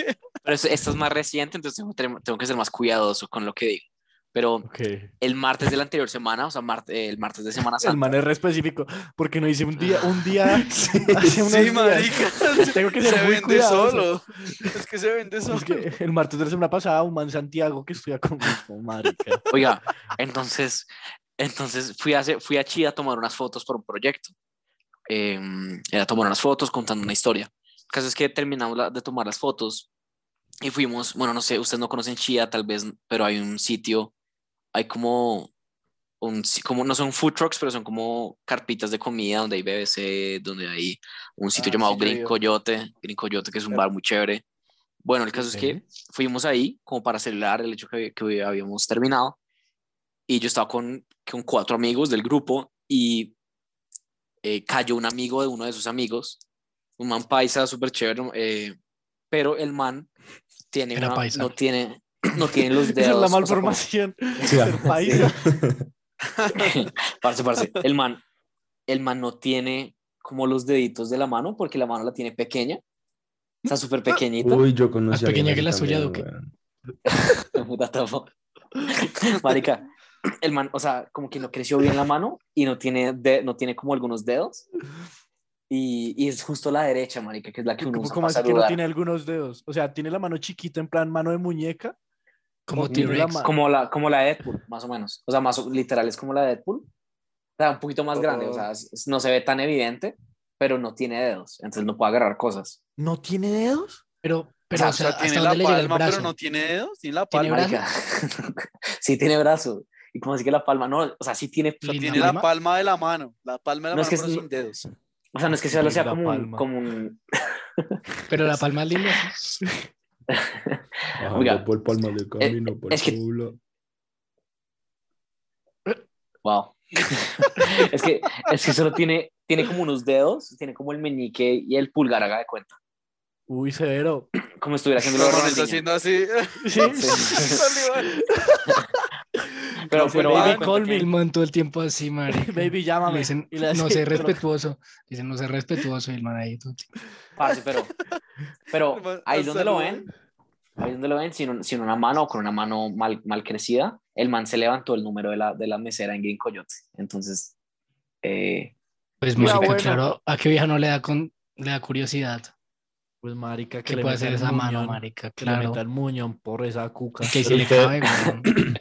Speaker 5: Pero es- esta es más reciente, entonces tengo, tengo- tengo que ser más cuidadoso con lo que digo. Pero
Speaker 1: Ok.
Speaker 5: el martes de la anterior semana, o sea, mart- el martes de Semana
Speaker 1: El
Speaker 5: Santa,
Speaker 1: man es re específico, porque no hice un día, un día, hace unos
Speaker 4: Sí,
Speaker 1: días.
Speaker 4: marica.
Speaker 1: Tengo que ser
Speaker 4: Se
Speaker 1: muy
Speaker 4: vende
Speaker 1: cuidadoso.
Speaker 4: solo. Es que se vende solo.
Speaker 1: Es que el martes de la semana pasada, un man Santiago que estudia conmigo, marica.
Speaker 5: Oiga, entonces, entonces fui, a, hacer- fui a Chía a tomar unas fotos por un proyecto. Eh, era tomar unas fotos contando una historia. El caso es que terminamos la- de tomar las fotos y fuimos, bueno, no sé, ustedes no conocen Chía tal vez, pero hay un sitio, hay como, un, si- como no son food trucks, pero son como carpitas de comida donde hay BBC, donde hay un sitio
Speaker 4: Ah,
Speaker 5: llamado
Speaker 4: sí, yo he
Speaker 5: Green
Speaker 4: ido.
Speaker 5: Coyote, Green Coyote, que es un
Speaker 4: Claro.
Speaker 5: bar muy chévere. Bueno, el caso es que fuimos ahí como para celebrar el hecho que, que habíamos terminado. Y yo estaba con, con cuatro amigos del grupo y eh, cayó un amigo de uno de sus amigos, un man paisa súper chévere, eh, pero el man tiene
Speaker 3: Era
Speaker 5: una-
Speaker 3: paisa.
Speaker 5: no tiene no tiene los dedos.
Speaker 1: Esa es la
Speaker 5: o sea, como-
Speaker 1: malformación.
Speaker 2: Sí,
Speaker 1: del país.
Speaker 5: parce, parce, el man el man no tiene como los deditos de la mano porque la mano la tiene pequeña. O sea,
Speaker 1: Ah.
Speaker 5: súper pequeñita.
Speaker 2: Uy, yo conocí
Speaker 3: ¿Más pequeña
Speaker 2: alguien
Speaker 3: que la
Speaker 2: así
Speaker 3: suya,
Speaker 2: también,
Speaker 3: Duque?
Speaker 2: weón.
Speaker 5: Puta, tampoco. Marica, el man, o sea, como que no creció bien la mano y no tiene, de- no tiene como algunos dedos. Y, y es justo la derecha, marica, que es la que uno
Speaker 1: Como,
Speaker 5: usa
Speaker 1: como
Speaker 5: para
Speaker 1: así que no
Speaker 5: saludar.
Speaker 1: tiene algunos dedos. O sea, tiene la mano chiquita en plan mano de muñeca.
Speaker 3: Como
Speaker 1: Como tiene la
Speaker 3: T-Rex.
Speaker 1: ma-
Speaker 5: Como la, como la de Deadpool, más o menos. O sea, más o- literal es como la de Deadpool. O sea, un poquito más grande, o
Speaker 1: Oh.
Speaker 5: sea, es- es- no se ve tan evidente, pero no tiene dedos, entonces no puede agarrar cosas.
Speaker 1: ¿No tiene dedos?
Speaker 3: Pero, pero, o sea,
Speaker 4: tiene
Speaker 3: ¿hasta
Speaker 4: la
Speaker 3: dónde le llega el
Speaker 4: palma,
Speaker 3: brazo?
Speaker 4: pero no tiene dedos, tiene la
Speaker 3: Tiene
Speaker 4: palma.
Speaker 3: brazo.
Speaker 5: Marica, sí tiene brazos. Y como así que la palma, no, o sea, sí tiene
Speaker 4: O sea,
Speaker 3: ¿Tiene
Speaker 4: tiene
Speaker 3: la
Speaker 4: la
Speaker 3: palma?
Speaker 4: palma de la mano, la palma de la
Speaker 5: No, es
Speaker 4: mano,
Speaker 5: que
Speaker 4: pero
Speaker 5: es-
Speaker 4: sin dedos.
Speaker 5: O sea, no es que solo sea
Speaker 1: La
Speaker 5: como un,
Speaker 1: palma.
Speaker 5: como un.
Speaker 3: Pero la palma es linda. sí.
Speaker 2: Bajando
Speaker 5: Oiga,
Speaker 2: por Palma del Camino, por
Speaker 5: es que-
Speaker 2: Pueblo.
Speaker 5: Wow. es, que, es que solo tiene, tiene como unos dedos, tiene como el meñique y el pulgar, haga de cuenta.
Speaker 1: Uy, severo.
Speaker 5: Como estuviera haciendo
Speaker 4: Ramón está haciendo
Speaker 5: Ronaldinho.
Speaker 4: así.
Speaker 1: Sí.
Speaker 4: Salió.
Speaker 5: Pero,
Speaker 1: Dice,
Speaker 5: pero
Speaker 1: "Baby,
Speaker 5: haga de cuenta
Speaker 1: call
Speaker 5: que-
Speaker 1: me".
Speaker 3: El man todo el tiempo así, marica.
Speaker 1: Baby,
Speaker 3: Le
Speaker 1: llámame.
Speaker 3: dicen,
Speaker 1: Y le
Speaker 3: no
Speaker 1: hace-
Speaker 3: sé,
Speaker 1: pero-
Speaker 3: respetuoso. Dicen, no sé, respetuoso. Y el man ahí, tú,
Speaker 5: parce, pero, pero
Speaker 4: Hermano,
Speaker 5: ahí donde lo
Speaker 4: saluda.
Speaker 5: ven, ahí donde lo ven, sin, un- sin una mano o con una mano mal, mal crecida, el man se levantó el número de la, de la mesera en Green Coyote. Entonces, eh,
Speaker 3: Pues,
Speaker 1: Ya,
Speaker 3: marica,
Speaker 1: bueno.
Speaker 3: claro, a qué vieja no le da, con, le da curiosidad.
Speaker 1: Pues marica, que
Speaker 3: ¿Qué
Speaker 1: le
Speaker 3: puede
Speaker 1: meta
Speaker 3: hacer
Speaker 1: el
Speaker 3: esa mano,
Speaker 1: muñón,
Speaker 3: marica?
Speaker 1: Que le
Speaker 3: Claro.
Speaker 1: meta el muñón por esa cuca.
Speaker 3: Y que si
Speaker 2: Pero
Speaker 3: le
Speaker 2: usted-
Speaker 3: cabe, weón.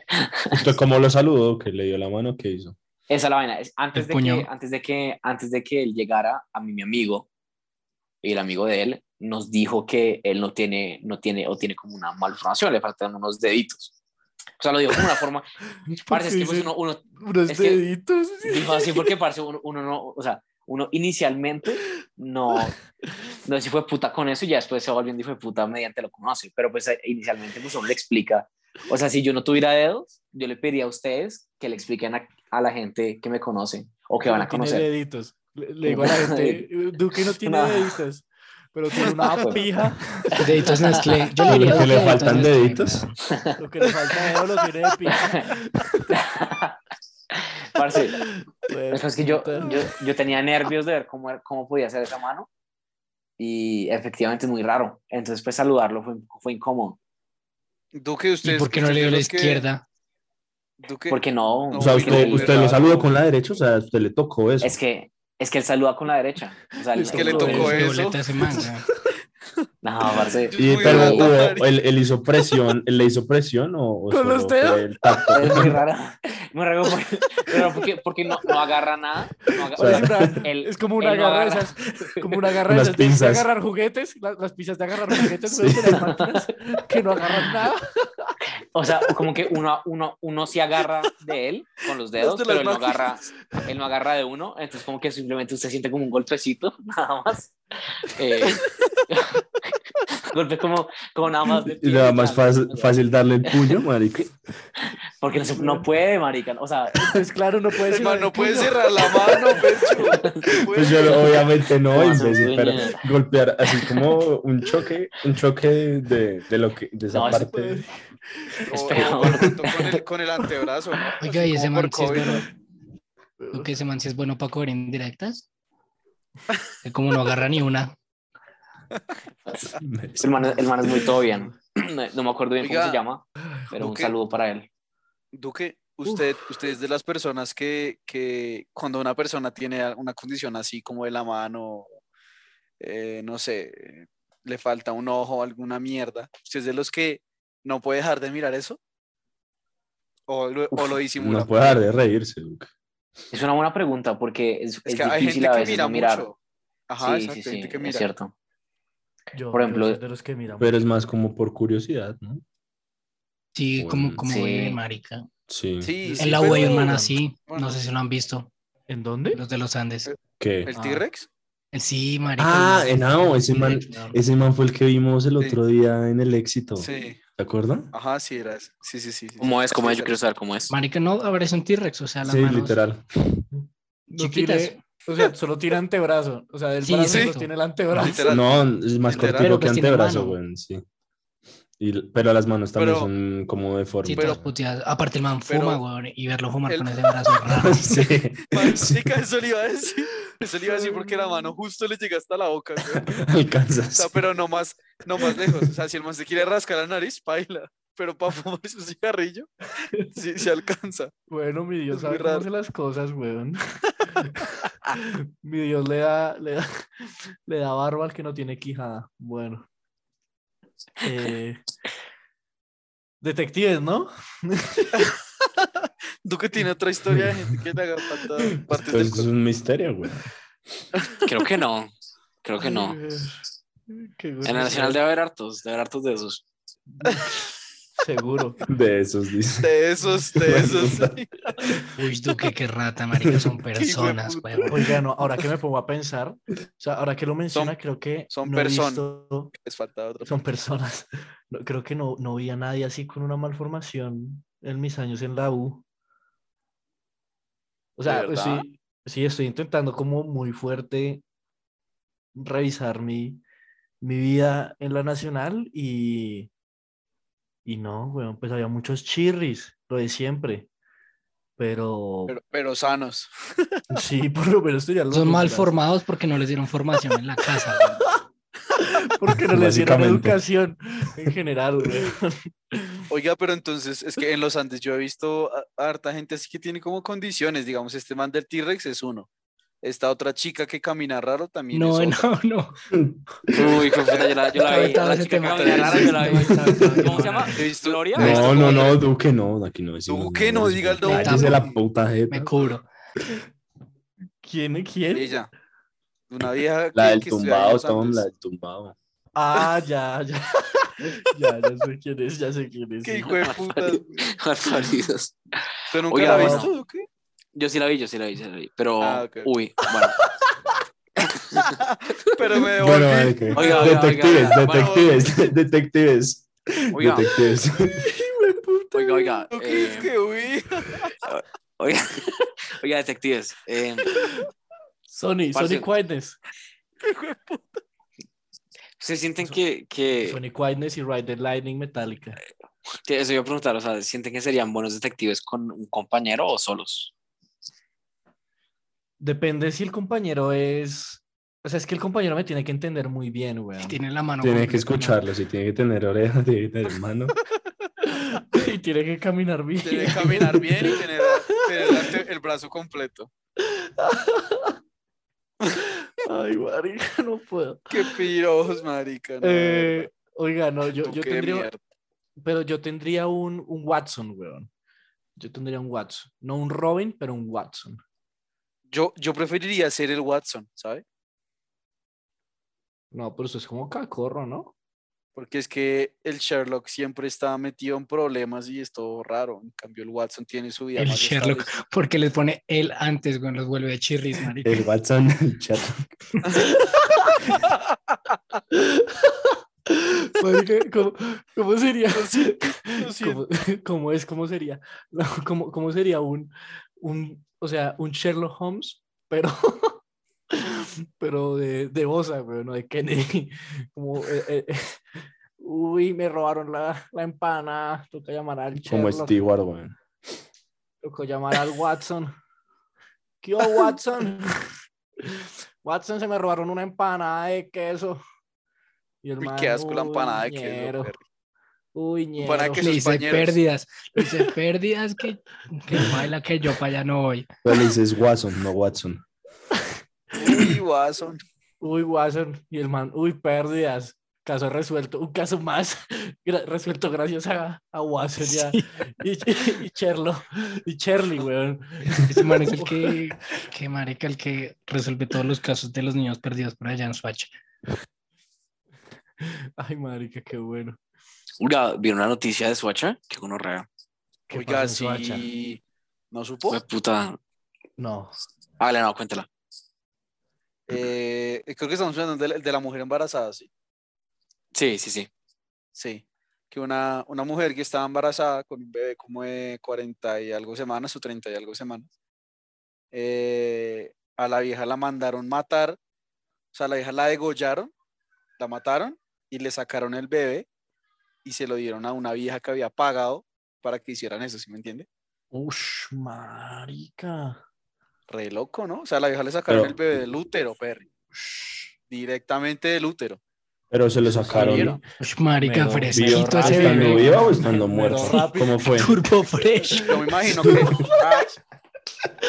Speaker 2: ¿Usted cómo lo saludó? ¿Que le dio la mano? ¿Qué hizo?
Speaker 5: Esa es la vaina. Es-
Speaker 3: El
Speaker 5: Antes de,
Speaker 3: puño.
Speaker 5: que, antes, de que, antes de que él llegara, a mí, mi amigo, y el amigo de él, nos dijo que él no tiene, no tiene, o tiene como una malformación, le faltan unos deditos. O sea, lo dijo como una forma. Parece que pues,
Speaker 1: Dice,
Speaker 5: uno, uno
Speaker 1: Unos
Speaker 5: es que-
Speaker 1: deditos.
Speaker 5: dijo así porque parece uno, uno no, o sea, uno inicialmente no, no se fue puta con eso y ya después se va volviendo y fue puta mediante lo conoce. Pero pues eh, inicialmente pues uno le explica. O sea, si yo no tuviera dedos, yo le pediría a ustedes que le expliquen a, a la gente que me conoce o que van a
Speaker 1: no tiene
Speaker 5: conocer.
Speaker 1: deditos. Le, le digo a la gente, "Eh, Duque no tiene
Speaker 5: No.
Speaker 1: deditos, pero tiene una pija.
Speaker 3: Deditos Nestlé. Yo
Speaker 2: ¿Y
Speaker 3: le,
Speaker 2: lo
Speaker 3: diría
Speaker 2: que le
Speaker 3: deditos
Speaker 2: faltan
Speaker 3: Nestlé,
Speaker 2: deditos?
Speaker 3: weón.
Speaker 1: Lo que le falta de dedo lo tiene de pija.
Speaker 5: Parce,
Speaker 1: Pues,
Speaker 5: es que yo,
Speaker 1: puta.
Speaker 5: yo, yo tenía nervios de ver cómo, era- cómo podía hacer esa mano y efectivamente es muy raro. Entonces, pues saludarlo fue, fue incómodo.
Speaker 4: Duque,
Speaker 3: ¿Y
Speaker 4: usted.
Speaker 3: por qué no
Speaker 4: usted
Speaker 3: le dio
Speaker 4: es de
Speaker 3: la
Speaker 4: los que-
Speaker 3: izquierda?
Speaker 4: Duque,
Speaker 5: Porque no.
Speaker 4: No,
Speaker 2: O sea,
Speaker 4: Uy,
Speaker 2: usted,
Speaker 4: no,
Speaker 2: usted
Speaker 4: claro.
Speaker 2: lo saludó con la derecha, o sea, usted le tocó eso.
Speaker 5: Es que, es que él saluda con la derecha. O sea,
Speaker 1: Es
Speaker 4: que le
Speaker 5: no,
Speaker 4: tocó
Speaker 3: Es
Speaker 4: eso.
Speaker 3: doblete a ese man, weón.
Speaker 5: No, parce.
Speaker 2: Y,
Speaker 4: Muy
Speaker 2: pero
Speaker 4: raro,
Speaker 2: hubo-
Speaker 4: marica.
Speaker 2: él, él hizo presión, él le hizo presión o, o
Speaker 1: ¿Con los
Speaker 2: solo fue
Speaker 1: dedos?
Speaker 2: el tacto?
Speaker 5: Es muy raro. Muy raro porque, pero porque, porque no, no agarra nada. no aga-
Speaker 2: O sea,
Speaker 5: o sea, él-
Speaker 1: Es como una
Speaker 5: él no
Speaker 1: garra de
Speaker 5: agarra.
Speaker 1: esas, como una garra de
Speaker 2: Unas
Speaker 1: esas de- de
Speaker 2: pinzas.
Speaker 1: agarrar juguetes, la- las pinzas de agarrar juguetes,
Speaker 2: Sí.
Speaker 1: pero de las máquinas que no agarran nada.
Speaker 5: O sea, como que uno, uno, uno se agarra de él con los dedos,
Speaker 4: Los de
Speaker 5: pero
Speaker 4: las
Speaker 5: él no, agarra,
Speaker 4: máquinas.
Speaker 5: él no agarra de uno. Entonces, como que simplemente usted siente como un golpecito, nada más. Eh, golpe como, como nada más. de
Speaker 2: Y nada más
Speaker 5: pierna,
Speaker 2: fácil,
Speaker 5: o sea,
Speaker 2: fácil darle el puño, marica.
Speaker 5: Porque no, se- no puede, marica. O sea,
Speaker 1: Pues claro, no puedes.
Speaker 4: Hermano, no puedes cerrar la mano, pecho.
Speaker 2: Pues yo no- obviamente no,
Speaker 5: Como
Speaker 2: imbécil,
Speaker 5: hacer
Speaker 2: pero
Speaker 5: puño.
Speaker 2: golpear así como un choque, un choque de, de lo que, de esa
Speaker 5: No, eso
Speaker 2: parte.
Speaker 5: Es
Speaker 4: O- o
Speaker 5: peor.
Speaker 4: contacto con, el, con el antebrazo, ¿no?
Speaker 3: Oiga,
Speaker 4: Así
Speaker 3: y ese
Speaker 4: como
Speaker 3: man
Speaker 4: por
Speaker 3: sí es
Speaker 4: COVID,
Speaker 3: bueno.
Speaker 4: ¿no?
Speaker 3: ¿no? Que ese man sí es bueno para cobrar indirectas. Que como no agarra ni una.
Speaker 5: el, man, el man es muy todo bien. No me acuerdo bien
Speaker 4: Oiga.
Speaker 5: cómo se llama, pero un
Speaker 4: Ok.
Speaker 5: saludo para él.
Speaker 4: Duque, usted, usted es de las personas que, que cuando una persona tiene una condición así como de la mano, eh, no sé, le falta un ojo, alguna mierda, ¿usted es de los que no puede dejar de mirar eso? ¿O lo, o lo disimula?
Speaker 2: No puede dejar de reírse, Duque.
Speaker 5: Es una buena pregunta porque es,
Speaker 4: Es
Speaker 5: es
Speaker 4: que hay
Speaker 5: difícil
Speaker 4: gente
Speaker 5: a
Speaker 4: que
Speaker 5: veces
Speaker 4: mira
Speaker 5: no mirar.
Speaker 4: mucho. Ajá,
Speaker 5: sí,
Speaker 4: exacto,
Speaker 5: sí,
Speaker 4: hay
Speaker 5: sí,
Speaker 4: gente que
Speaker 5: es
Speaker 4: mira.
Speaker 5: cierto.
Speaker 1: Yo,
Speaker 5: Por
Speaker 1: yo
Speaker 5: ejemplo,
Speaker 1: soy de los que miran.
Speaker 2: Pero es más como por curiosidad, ¿no?
Speaker 3: Sí, como,
Speaker 2: Mm,
Speaker 3: como
Speaker 5: sí.
Speaker 3: vive, marica.
Speaker 2: Sí.
Speaker 4: Sí, sí,
Speaker 3: En la
Speaker 4: pero-
Speaker 3: U hay un man así.
Speaker 4: Bueno.
Speaker 3: No sé si lo han visto.
Speaker 1: ¿En dónde?
Speaker 3: Los de los Andes.
Speaker 2: ¿Qué?
Speaker 4: ¿El
Speaker 3: Ah.
Speaker 4: T-Rex?
Speaker 3: El sí, marica.
Speaker 2: Ah,
Speaker 3: el man-
Speaker 2: eh, no, ese man- Ese man fue el que vimos el
Speaker 4: Sí.
Speaker 2: otro día en el éxito.
Speaker 4: Sí,
Speaker 2: ¿Te acuerdas?
Speaker 4: ajá, sí, era ese. Sí, sí, sí. sí,
Speaker 5: ¿Cómo
Speaker 4: sí.
Speaker 5: es? ¿Cómo es?
Speaker 4: Sí,
Speaker 5: Yo quiero saber cómo es.
Speaker 3: Marica, no, ahora es un T-Rex, o sea, las
Speaker 2: Sí,
Speaker 3: manos
Speaker 2: literal.
Speaker 1: No
Speaker 3: chiquitas.
Speaker 1: tiene- o sea, solo tiene antebrazo. O sea, del
Speaker 3: Sí,
Speaker 1: brazo
Speaker 4: sí.
Speaker 1: solo tiene el antebrazo.
Speaker 4: Literal.
Speaker 2: No, es más
Speaker 4: Literal.
Speaker 2: cortico
Speaker 3: Pero
Speaker 2: que
Speaker 3: pues tiene
Speaker 2: antebrazo,
Speaker 3: mano.
Speaker 2: güey, sí. Y- pero las manos también
Speaker 4: Pero-
Speaker 2: son como
Speaker 3: Sí,
Speaker 2: deformes.
Speaker 3: todas puteadas. Aparte el man
Speaker 4: Pero-
Speaker 3: fuma, weón, y verlo fumar
Speaker 4: el-
Speaker 3: con ese brazo raro.
Speaker 2: sí. sí.
Speaker 4: Marica, eso le iba a decir. Eso le iba a decir porque la mano justo le llega hasta la boca. güey. O sea,
Speaker 2: Alcanzas.
Speaker 4: pero no más, no más lejos. O sea, si el man se quiere rascar la nariz, baila. Pero para fumar su cigarrillo, sí se alcanza.
Speaker 1: Bueno, mi Dios
Speaker 4: Es muy
Speaker 1: sabe cómo
Speaker 4: raro.
Speaker 1: hace las cosas, weón. mi Dios le da, le da, le da barba al que no tiene quijada. Bueno. Eh, detectives, ¿no?
Speaker 4: Duque tiene otra historia de gente que le haga falta partes
Speaker 2: Esto
Speaker 3: Pues
Speaker 4: del
Speaker 2: es
Speaker 4: cuerpo.
Speaker 2: un misterio, güey.
Speaker 5: Creo que no. Creo que no.
Speaker 1: Ay, qué
Speaker 5: En el Nacional debe haber hartos, debe haber hartos de esos.
Speaker 1: Seguro.
Speaker 2: De esos, dice.
Speaker 4: De esos, de esos. sí.
Speaker 3: Uy, Duque, qué rata, marica, son personas,
Speaker 4: puta.
Speaker 3: weón.
Speaker 1: Oiga, no, ahora que me pongo a pensar, o sea, ahora que lo menciona, creo que
Speaker 4: son
Speaker 1: no he
Speaker 4: person-
Speaker 1: visto-
Speaker 4: Les falta otra.
Speaker 1: son personas. No, creo que no, no vi a nadie así con una malformación en mis años en la U. O sea, pues
Speaker 4: verdad?
Speaker 1: sí, sí, estoy intentando como muy fuerte revisar mi, mi vida en la nacional y, y no, weón, pues había muchos chirris, lo de siempre. Pero,
Speaker 4: Pero, pero sanos.
Speaker 1: sí, por lo menos estoy
Speaker 3: Son mal formados porque no les dieron formación en la casa, weón.
Speaker 1: Porque no les dieron
Speaker 2: Básicamente.
Speaker 1: educación en general, weón.
Speaker 4: Oiga, pero entonces es que en los Andes yo he visto a- a harta gente así que tiene como condiciones. Digamos, este man del T-Rex es uno. Esta otra chica que camina raro también
Speaker 3: No,
Speaker 4: es
Speaker 3: no, no.
Speaker 5: Uy, qué puta, yo la, yo la vi.
Speaker 3: Estaba
Speaker 5: La
Speaker 3: ese
Speaker 5: chica que
Speaker 3: tema.
Speaker 5: caminaba rara, yo la vi.
Speaker 3: Estaba ese tema.
Speaker 5: ¿Cómo se llama?
Speaker 4: He visto-
Speaker 5: ¿Gloria?
Speaker 4: he visto
Speaker 2: No, no,
Speaker 4: como-
Speaker 2: no, Duque no, aquí no decimos
Speaker 4: este Duque no,
Speaker 2: nada,
Speaker 4: diga el
Speaker 2: Cállese
Speaker 3: nombre.
Speaker 2: la puta
Speaker 3: Me
Speaker 2: jeta.
Speaker 3: cubro.
Speaker 1: ¿Quién? ¿Quién?
Speaker 4: Ella. Una vieja
Speaker 2: La
Speaker 4: que-
Speaker 2: del
Speaker 4: que estudia en
Speaker 2: tumbado,
Speaker 4: los
Speaker 2: Tom,
Speaker 4: Andes.
Speaker 2: la del tumbado.
Speaker 1: Ah, ya, ya. Ya, ya sé quién es, ya sé quién es.
Speaker 4: Qué
Speaker 1: sí.
Speaker 4: hijo de puta.
Speaker 5: Barbaridades.
Speaker 4: ¿Tú nunca la
Speaker 5: Oiga,
Speaker 1: bueno.
Speaker 4: viste visto o qué?
Speaker 5: Yo sí la vi, yo sí la vi, yo sí la vi. Pero,
Speaker 4: Ah, ok.
Speaker 5: uy, bueno.
Speaker 4: Pero me devolví.
Speaker 2: Bueno,
Speaker 1: eh,
Speaker 2: vale, que-
Speaker 5: Oiga, oiga, oiga,
Speaker 2: detectives,
Speaker 5: oiga.
Speaker 2: detectives, detectives,
Speaker 5: Oiga,
Speaker 2: detectives.
Speaker 5: oiga, oiga.
Speaker 4: ¿Tú crees
Speaker 5: eh,
Speaker 4: que huí?
Speaker 5: Oiga, oiga, detectives. eh,
Speaker 1: Sony,
Speaker 5: Parce-
Speaker 1: Sony Quietness.
Speaker 5: ¿Se sienten que,
Speaker 4: eh,
Speaker 5: que,
Speaker 1: Sony Quietness y Ride the Lightning Metallica.
Speaker 5: que- eso iba a preguntar, o sea, ¿sienten que serían buenos detectives con un compañero o solos?
Speaker 1: Depende si el compañero es. O sea, es que el compañero me tiene que entender muy bien, weón.
Speaker 3: Tiene la mano.
Speaker 2: Tiene que
Speaker 3: completa, ¿no?
Speaker 2: escucharlo, si tiene que tener orejas, tiene que tener mano.
Speaker 1: Y tiene que caminar bien.
Speaker 4: Tiene que caminar bien y tener, tener la te- el brazo completo.
Speaker 1: Ay, marica, no puedo.
Speaker 4: Qué pirojos, marica. no, de
Speaker 1: Eh, oiga, no, yo,
Speaker 4: verdad.
Speaker 1: yo
Speaker 4: Tú qué
Speaker 1: tendría.
Speaker 4: mierda.
Speaker 1: Pero yo tendría un, un Watson, weón. Yo tendría un Watson. No un Robin, pero un Watson.
Speaker 4: Yo, yo preferiría ser el Watson, ¿sabes?
Speaker 1: No, pero eso es como cacorro, ¿no?
Speaker 4: Porque es que el Sherlock siempre está metido en problemas y es todo raro. En cambio, el Watson tiene su vida.
Speaker 3: El
Speaker 4: más
Speaker 3: Sherlock.
Speaker 4: establecida.
Speaker 3: Porque les pone él antes, güey, los vuelve de chirris, marica.
Speaker 2: El WhatsApp, el chat.
Speaker 1: Marica, ¿Cómo, cómo sería?
Speaker 4: Lo
Speaker 1: ¿Cómo,
Speaker 4: siento.
Speaker 1: cómo es? ¿Cómo sería? No, ¿Cómo, cómo sería un, un, o sea, un Sherlock Holmes, pero, pero de, de Bosa, pero no de Kennedy? Como, eh, eh, eh, uy, me robaron la, la empana, toca llamar al
Speaker 2: Como
Speaker 1: Sherlock,
Speaker 2: Stewart, weón.
Speaker 1: toca llamar al Watson. ¿Qué hubo, Watson? Watson, se me robaron una empanada de queso. Y el
Speaker 4: Uy,
Speaker 1: man,
Speaker 4: qué asco la
Speaker 1: "Uy,
Speaker 4: empanada de queso.
Speaker 1: ñero,
Speaker 4: perro.
Speaker 1: Uy,
Speaker 4: Empanada
Speaker 1: ñero".
Speaker 4: que
Speaker 3: Le
Speaker 4: los
Speaker 3: hice
Speaker 4: pañeros.
Speaker 3: pérdidas, le hice pérdidas que, que baila que yo para allá no voy.
Speaker 2: Pero le dices Watson, no Watson.
Speaker 4: Uy, Watson.
Speaker 1: Uy, Watson. Y el man, uy, pérdidas. Caso resuelto. Un caso más gra- resuelto gracias a, a Watson y, a- y, y Sherlock. Y Shirley, weón.
Speaker 3: Ese man es el que, que marica, el que resuelve todos los casos de los niños perdidos por allá en Swatch.
Speaker 1: Ay, marica, qué bueno.
Speaker 5: Oiga, ¿vieron la noticia de Suacha? Qué gonorrea.
Speaker 1: ¿Qué pasó
Speaker 4: Oiga,
Speaker 1: en Soacha?
Speaker 4: si no supo,
Speaker 5: Fue puta.
Speaker 1: No.
Speaker 5: Hágale, no, cuéntala.
Speaker 4: eh, creo que estamos hablando de la, de la mujer embarazada, sí.
Speaker 5: Sí, sí, sí.
Speaker 4: Sí. Que una, una mujer que estaba embarazada con un bebé como de 40 y algo semanas o 30 y algo semanas, eh, a la vieja la mandaron matar, o sea, a la vieja la degollaron, la mataron y le sacaron el bebé y se lo dieron a una vieja que había pagado para que hicieran eso, ¿sí me entiende?
Speaker 1: Ush, marica.
Speaker 4: Re loco, ¿no? O sea, a la vieja le sacaron
Speaker 2: Pero-
Speaker 4: el bebé del útero, Perry. Directamente del útero.
Speaker 2: Pero se lo
Speaker 4: Salieron.
Speaker 2: sacaron.
Speaker 3: Uy, marica,
Speaker 1: Mero
Speaker 3: fresquito
Speaker 1: vivo,
Speaker 3: ese
Speaker 1: hasta
Speaker 2: ¿Estando
Speaker 1: Pero-
Speaker 3: bebé.
Speaker 2: viva o estando
Speaker 1: Pero
Speaker 2: muerta?
Speaker 1: rápido.
Speaker 2: ¿Cómo fue?
Speaker 3: Turbo fresh.
Speaker 4: Yo me imagino que. Ah,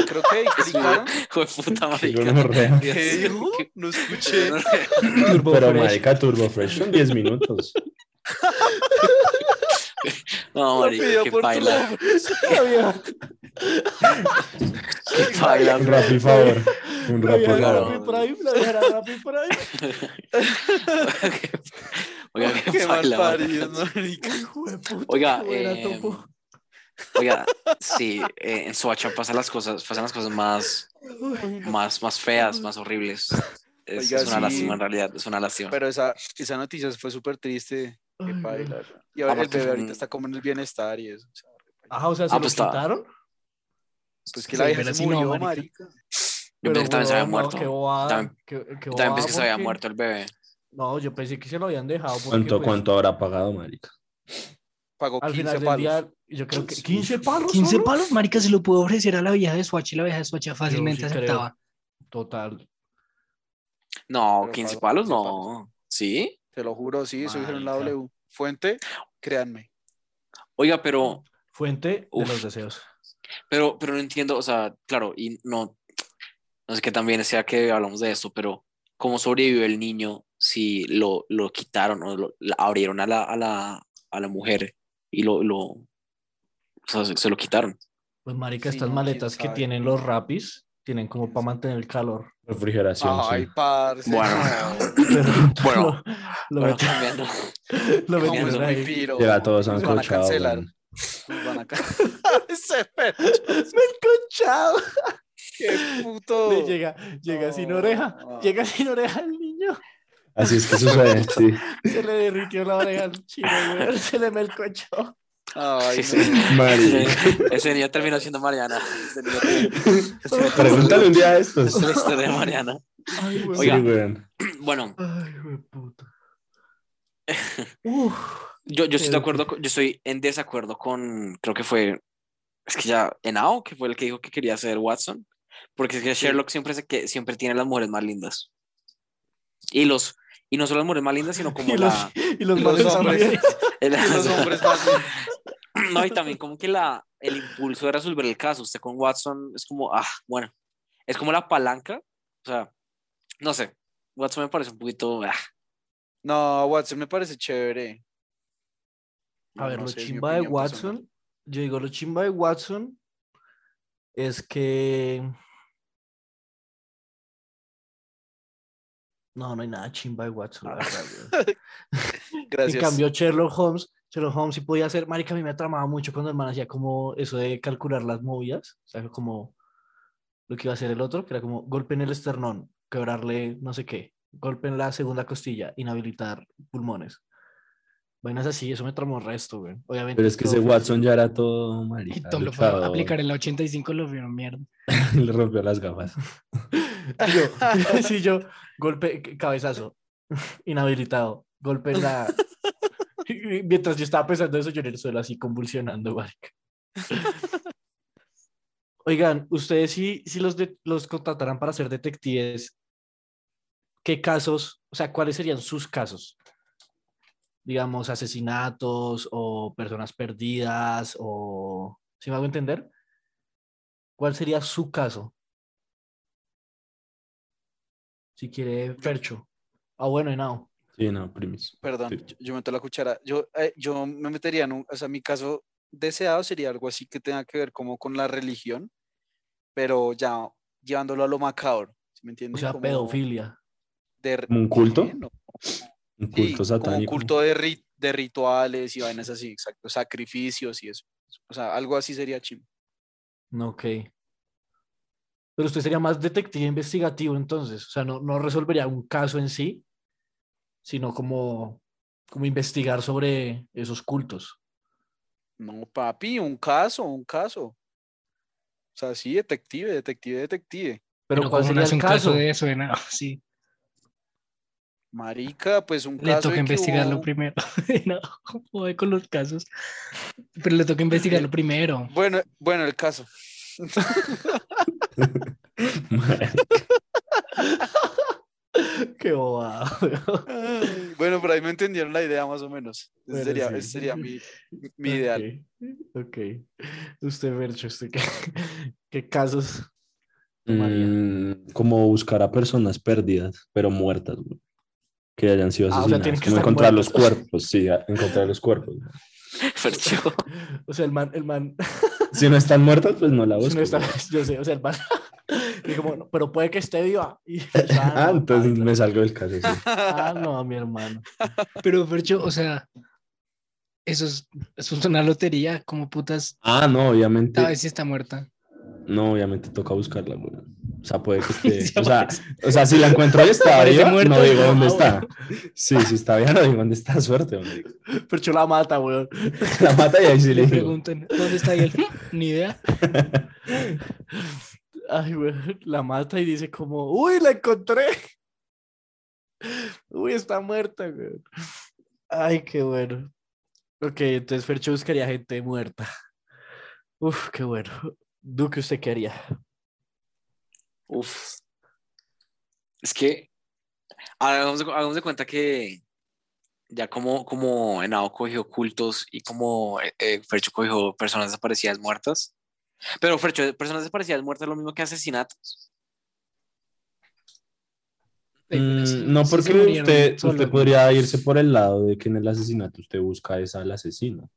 Speaker 4: creo que explicaron.
Speaker 5: Fue puta marica.
Speaker 2: gonorrea.
Speaker 5: Dios.
Speaker 4: ¿Qué dijo? No escuché.
Speaker 1: Turbo
Speaker 2: Pero
Speaker 1: Fresh.
Speaker 2: marica, Turbo Fresh son 10 minutos.
Speaker 5: No,
Speaker 4: Lo
Speaker 5: marica,
Speaker 4: pidió
Speaker 5: qué
Speaker 4: por
Speaker 5: paila.
Speaker 1: La vieja-
Speaker 5: Qué paila,
Speaker 2: Un
Speaker 5: bro.
Speaker 2: rap y favor. Un
Speaker 1: la
Speaker 2: rap y
Speaker 1: vieja era
Speaker 5: claro.
Speaker 1: Rappi
Speaker 2: favor.
Speaker 1: Prime, la vieja era Rappi Prime.
Speaker 5: Oiga,
Speaker 4: Uy,
Speaker 5: qué,
Speaker 4: Qué mal
Speaker 5: paila,
Speaker 4: parido,
Speaker 5: marica.
Speaker 4: marica.
Speaker 1: Hijo de puta,
Speaker 5: Oiga,
Speaker 1: qué buena,
Speaker 5: eh,
Speaker 3: em,
Speaker 1: topo.
Speaker 5: oiga, sí, eh, en Soacha pasan las cosas, pasan las cosas más, más, más feas, más horribles. Es,
Speaker 4: Oiga,
Speaker 5: es una
Speaker 4: sí.
Speaker 5: lástima en realidad, es una lástima.
Speaker 4: Pero esa, esa noticia fue súper triste. Qué
Speaker 1: Ay,
Speaker 4: paila,
Speaker 1: Dios.
Speaker 4: ¿no? Y ahora el
Speaker 5: Aparte
Speaker 4: bebé
Speaker 5: fue
Speaker 4: ahorita
Speaker 5: un-
Speaker 4: está como en el bienestar y eso. o sea,
Speaker 1: Ah, o sea, ¿se
Speaker 5: Ah,
Speaker 1: lo
Speaker 5: pues está-
Speaker 1: quitaron?
Speaker 4: Pues que la
Speaker 3: Sí,
Speaker 4: vieja
Speaker 3: pero
Speaker 4: se
Speaker 3: si no,
Speaker 4: murió,
Speaker 3: marica.
Speaker 4: marica.
Speaker 5: yo pensé que también se había
Speaker 1: weón,
Speaker 5: muerto.
Speaker 1: No, qué bobada,
Speaker 5: También-
Speaker 1: qué- qué
Speaker 5: Yo también pensé que se
Speaker 1: bobada,
Speaker 5: había
Speaker 1: porque-
Speaker 5: muerto el bebé.
Speaker 1: No, yo pensé que se lo habían dejado. porque,
Speaker 2: ¿Cuánto,
Speaker 1: pues,
Speaker 2: cuánto habrá pagado, marica?
Speaker 4: Pagó
Speaker 1: Al
Speaker 4: 15
Speaker 1: final
Speaker 4: palos.
Speaker 1: del día, yo creo que 15 palos.
Speaker 3: 15
Speaker 1: solo.
Speaker 3: palos, marica, se lo pudo ofrecer a la vieja de Swatch y la vieja de Swatch fácilmente
Speaker 1: sí creo.
Speaker 3: aceptaba.
Speaker 1: Total.
Speaker 5: No,
Speaker 4: Pero
Speaker 5: 15
Speaker 4: pagó
Speaker 5: palos,
Speaker 4: 15
Speaker 5: no. ¿Sí?
Speaker 4: Te lo juro, sí, eso dijeron en la
Speaker 1: Marica.
Speaker 4: W. Fuente, créanme.
Speaker 5: Oiga, pero,
Speaker 1: Fuente
Speaker 5: Uf.
Speaker 1: de los deseos.
Speaker 5: pero, pero no entiendo, o sea, claro, y no, no sé que también sea que hablamos de esto, pero ¿cómo sobrevivió el niño si lo, lo quitaron o lo, la- abrieron a la, a la, a la mujer y lo, lo o sea, se, se lo quitaron?
Speaker 1: Pues, marica,
Speaker 4: Sí,
Speaker 1: estas
Speaker 4: no, quién
Speaker 1: maletas que
Speaker 4: sabe.
Speaker 1: tienen los rapis tienen como para mantener el calor.
Speaker 2: Refrigeración.
Speaker 4: Ay,
Speaker 2: sí.
Speaker 4: parce.
Speaker 5: Bueno.
Speaker 4: no.
Speaker 1: Pero
Speaker 5: Bueno,
Speaker 1: lo, lo
Speaker 5: Bueno,
Speaker 1: meten-
Speaker 5: cambiando.
Speaker 1: lo metieron
Speaker 4: No, pues,
Speaker 5: Cambiando.
Speaker 1: ahí.
Speaker 4: muy piro.
Speaker 2: Llega todos
Speaker 4: Nos van a
Speaker 2: ancochados.
Speaker 4: cancelar.
Speaker 2: weón.
Speaker 4: Nos van a cancelar. Ese perro,
Speaker 1: Chao.
Speaker 4: qué puto.
Speaker 1: Le llega, llega sin oreja.
Speaker 4: No.
Speaker 1: Llega sin oreja al niño.
Speaker 2: Así es que sucede, sí.
Speaker 1: Se le derritió la oreja al chino, weón. Se le melcochó.
Speaker 4: Ay,
Speaker 5: Sí,
Speaker 4: no.
Speaker 5: sí.
Speaker 2: Mari.
Speaker 5: Ese niño terminó siendo Mariana. Ese niño terminó-
Speaker 2: Pregúntale un día a estos.
Speaker 5: esa es la historia de Mariana.
Speaker 1: Ay, weón.
Speaker 5: Oiga.
Speaker 2: Sí, weón.
Speaker 5: Bueno,
Speaker 1: Ay, weón, puta. Uf.
Speaker 5: Yo, yo estoy de
Speaker 1: Pero-
Speaker 5: acuerdo, con- yo estoy en desacuerdo con, creo que fue, es que ya Henao, que fue el que dijo que quería ser Watson, porque es que Sherlock siempre, se, que, siempre tiene las mujeres más lindas. Y los, y no solo las mujeres más lindas, sino como
Speaker 1: Y los,
Speaker 5: la...
Speaker 1: y los,
Speaker 4: y los
Speaker 1: malos
Speaker 4: hombres.
Speaker 1: también.
Speaker 5: el-
Speaker 4: Y los hombres más bien.
Speaker 5: no, y también como que la, el impulso de resolver el caso, usted con Watson es como, ah, bueno, es como la palanca, o sea, no sé, Watson me parece un poquito, ah,
Speaker 4: No, Watson me parece chévere.
Speaker 1: A ver,
Speaker 4: no
Speaker 1: lo
Speaker 4: sé, es mi
Speaker 1: chimba de
Speaker 4: opinión personal.
Speaker 1: Watson, yo digo, lo chimba de Watson es que... No, no hay nada chimba de
Speaker 4: Ah.
Speaker 1: Watson, la verdad, weón. En
Speaker 4: Gracias.
Speaker 1: cambio, Sherlock Holmes, Sherlock Holmes sí podía hacer, marica, a mí me tramaba mucho cuando el man hacía como eso de calcular las movidas, o sea, como lo que iba a hacer el otro, que era como golpe en el esternón, quebrarle no sé qué, golpe en la segunda costilla, inhabilitar pulmones. Vainas así, eso me tramó resto, güey. Obviamente.
Speaker 2: Pero es que ese
Speaker 4: pues,
Speaker 1: todo-
Speaker 2: Watson ya era todo
Speaker 3: Y
Speaker 2: marica.
Speaker 3: Tom lo fue a
Speaker 2: luchador,
Speaker 3: aplicar en la 85, lo vieron mierda.
Speaker 2: Le rompió las gafas.
Speaker 1: Y yo, sí, yo, golpe, c- cabezazo, inhabilitado, golpe en la... Y Mientras yo estaba pensando eso, yo en el suelo así convulsionando, marica. Oigan, ustedes si, si los, de- los contrataran para ser detectives, ¿qué casos, o sea, cuáles serían sus casos? Digamos, asesinatos o personas perdidas o... ¿Sí me hago entender? ¿Cuál sería su caso? Si quiere, Fercho. Ah, bueno, Henao.
Speaker 2: Sí, no, primis.
Speaker 4: Perdón,
Speaker 2: Sí.
Speaker 4: yo- yo meto la cuchara. Yo, eh, yo me metería en un, o sea, mi caso deseado sería algo así que tenga que ver como con la religión, pero ya llevándolo a lo macabro, ¿sí ¿me
Speaker 1: O
Speaker 4: entiendes?
Speaker 1: sea,
Speaker 4: Como
Speaker 1: pedofilia.
Speaker 4: de re-
Speaker 2: ¿Como un culto?
Speaker 4: Sí, no,
Speaker 2: Un
Speaker 4: sí,
Speaker 2: culto
Speaker 4: como un
Speaker 2: satánico.
Speaker 4: culto de, ri- de rituales y vainas así, exacto, sacrificios y eso. O sea, algo así sería chimbo.
Speaker 1: No, ok. Pero usted sería más detective investigativo entonces. O sea, no, no resolvería un caso en sí, sino como, como investigar sobre esos cultos.
Speaker 4: No, papi, un caso, un caso. O sea, sí, detective, detective, detective.
Speaker 1: Pero, ¿cuál
Speaker 3: como
Speaker 1: sería
Speaker 3: hace
Speaker 1: el
Speaker 3: un
Speaker 1: caso?
Speaker 3: de eso, de nada, sí.
Speaker 4: Marica, pues un
Speaker 3: Le
Speaker 4: caso
Speaker 3: toca
Speaker 4: de que
Speaker 3: investigarlo
Speaker 4: hubo-
Speaker 3: primero. no, jode con los casos. Pero le toca investigarlo primero.
Speaker 4: Bueno, bueno, el caso.
Speaker 1: Qué bobada. weón.
Speaker 4: Ay, Bueno, por ahí me entendieron la idea más o menos. Ese
Speaker 1: Bueno,
Speaker 4: sería,
Speaker 1: sí.
Speaker 4: ese sería mi, mi ideal.
Speaker 1: Ok. ok. Usted, Bercho, usted, ¿qué, qué casos?
Speaker 2: Mm, como buscar a personas perdidas, pero muertas, güey. Que hayan
Speaker 1: Ah,
Speaker 2: sido
Speaker 1: o
Speaker 2: asesinadas.
Speaker 1: sea, tienen que
Speaker 2: como
Speaker 1: estar
Speaker 2: encontrar los
Speaker 1: muertas.
Speaker 2: cuerpos, sí, a- encontrar los cuerpos.
Speaker 5: Fercho.
Speaker 1: O sea, el man, el man,
Speaker 2: Si no están muertas, pues no la
Speaker 1: si
Speaker 2: busco.
Speaker 1: no está,
Speaker 2: güey.
Speaker 1: yo sé, o sea, el man. Y como, no, pero puede que esté viva. Y,
Speaker 2: Ah,
Speaker 1: no,
Speaker 2: entonces
Speaker 1: paila.
Speaker 2: me salgo del caso. sí.
Speaker 1: Ah, no, mi hermano.
Speaker 3: Pero, Fercho, o sea, eso es, eso es una lotería, como putas.
Speaker 2: Ah, no, obviamente.
Speaker 3: A ver si está muerta.
Speaker 2: No, obviamente toca buscarla, güey. O sea, puede que esté.
Speaker 3: Sí,
Speaker 2: o, sea,
Speaker 3: aparece.
Speaker 2: o sea, si la encuentro ahí está
Speaker 3: Aparece
Speaker 2: viva,
Speaker 3: muerta,
Speaker 2: no digo
Speaker 3: no,
Speaker 2: dónde
Speaker 3: no,
Speaker 2: está. Sí, si está viva, no digo dónde está. Suerte, hombre.
Speaker 1: Fercho la mata, weón.
Speaker 2: La mata y ahí sí le
Speaker 3: Le
Speaker 2: digo.
Speaker 3: preguntan, ¿dónde está él? Ni idea.
Speaker 1: Ay, weón, la mata y dice como, uy, la encontré. Uy, está muerta, weón. Ay, qué bueno. Ok, entonces Fercho buscaría gente muerta. Uf, qué bueno. Duque, ¿usted qué haría?
Speaker 5: Uf. Es que. Ahora hagamos, de- hagamos de cuenta que. Ya como, como Henao cogió cultos y como eh, eh, Fercho cogió personas desaparecidas muertas. Pero Fercho, personas desaparecidas muertas es lo mismo que asesinatos.
Speaker 2: Mm, no,
Speaker 3: Sí pues, se
Speaker 2: porque
Speaker 3: murieron
Speaker 2: usted,
Speaker 3: solos,
Speaker 2: usted
Speaker 3: ¿no?
Speaker 2: podría irse por el lado de que en el asesinato usted busca es al asesino.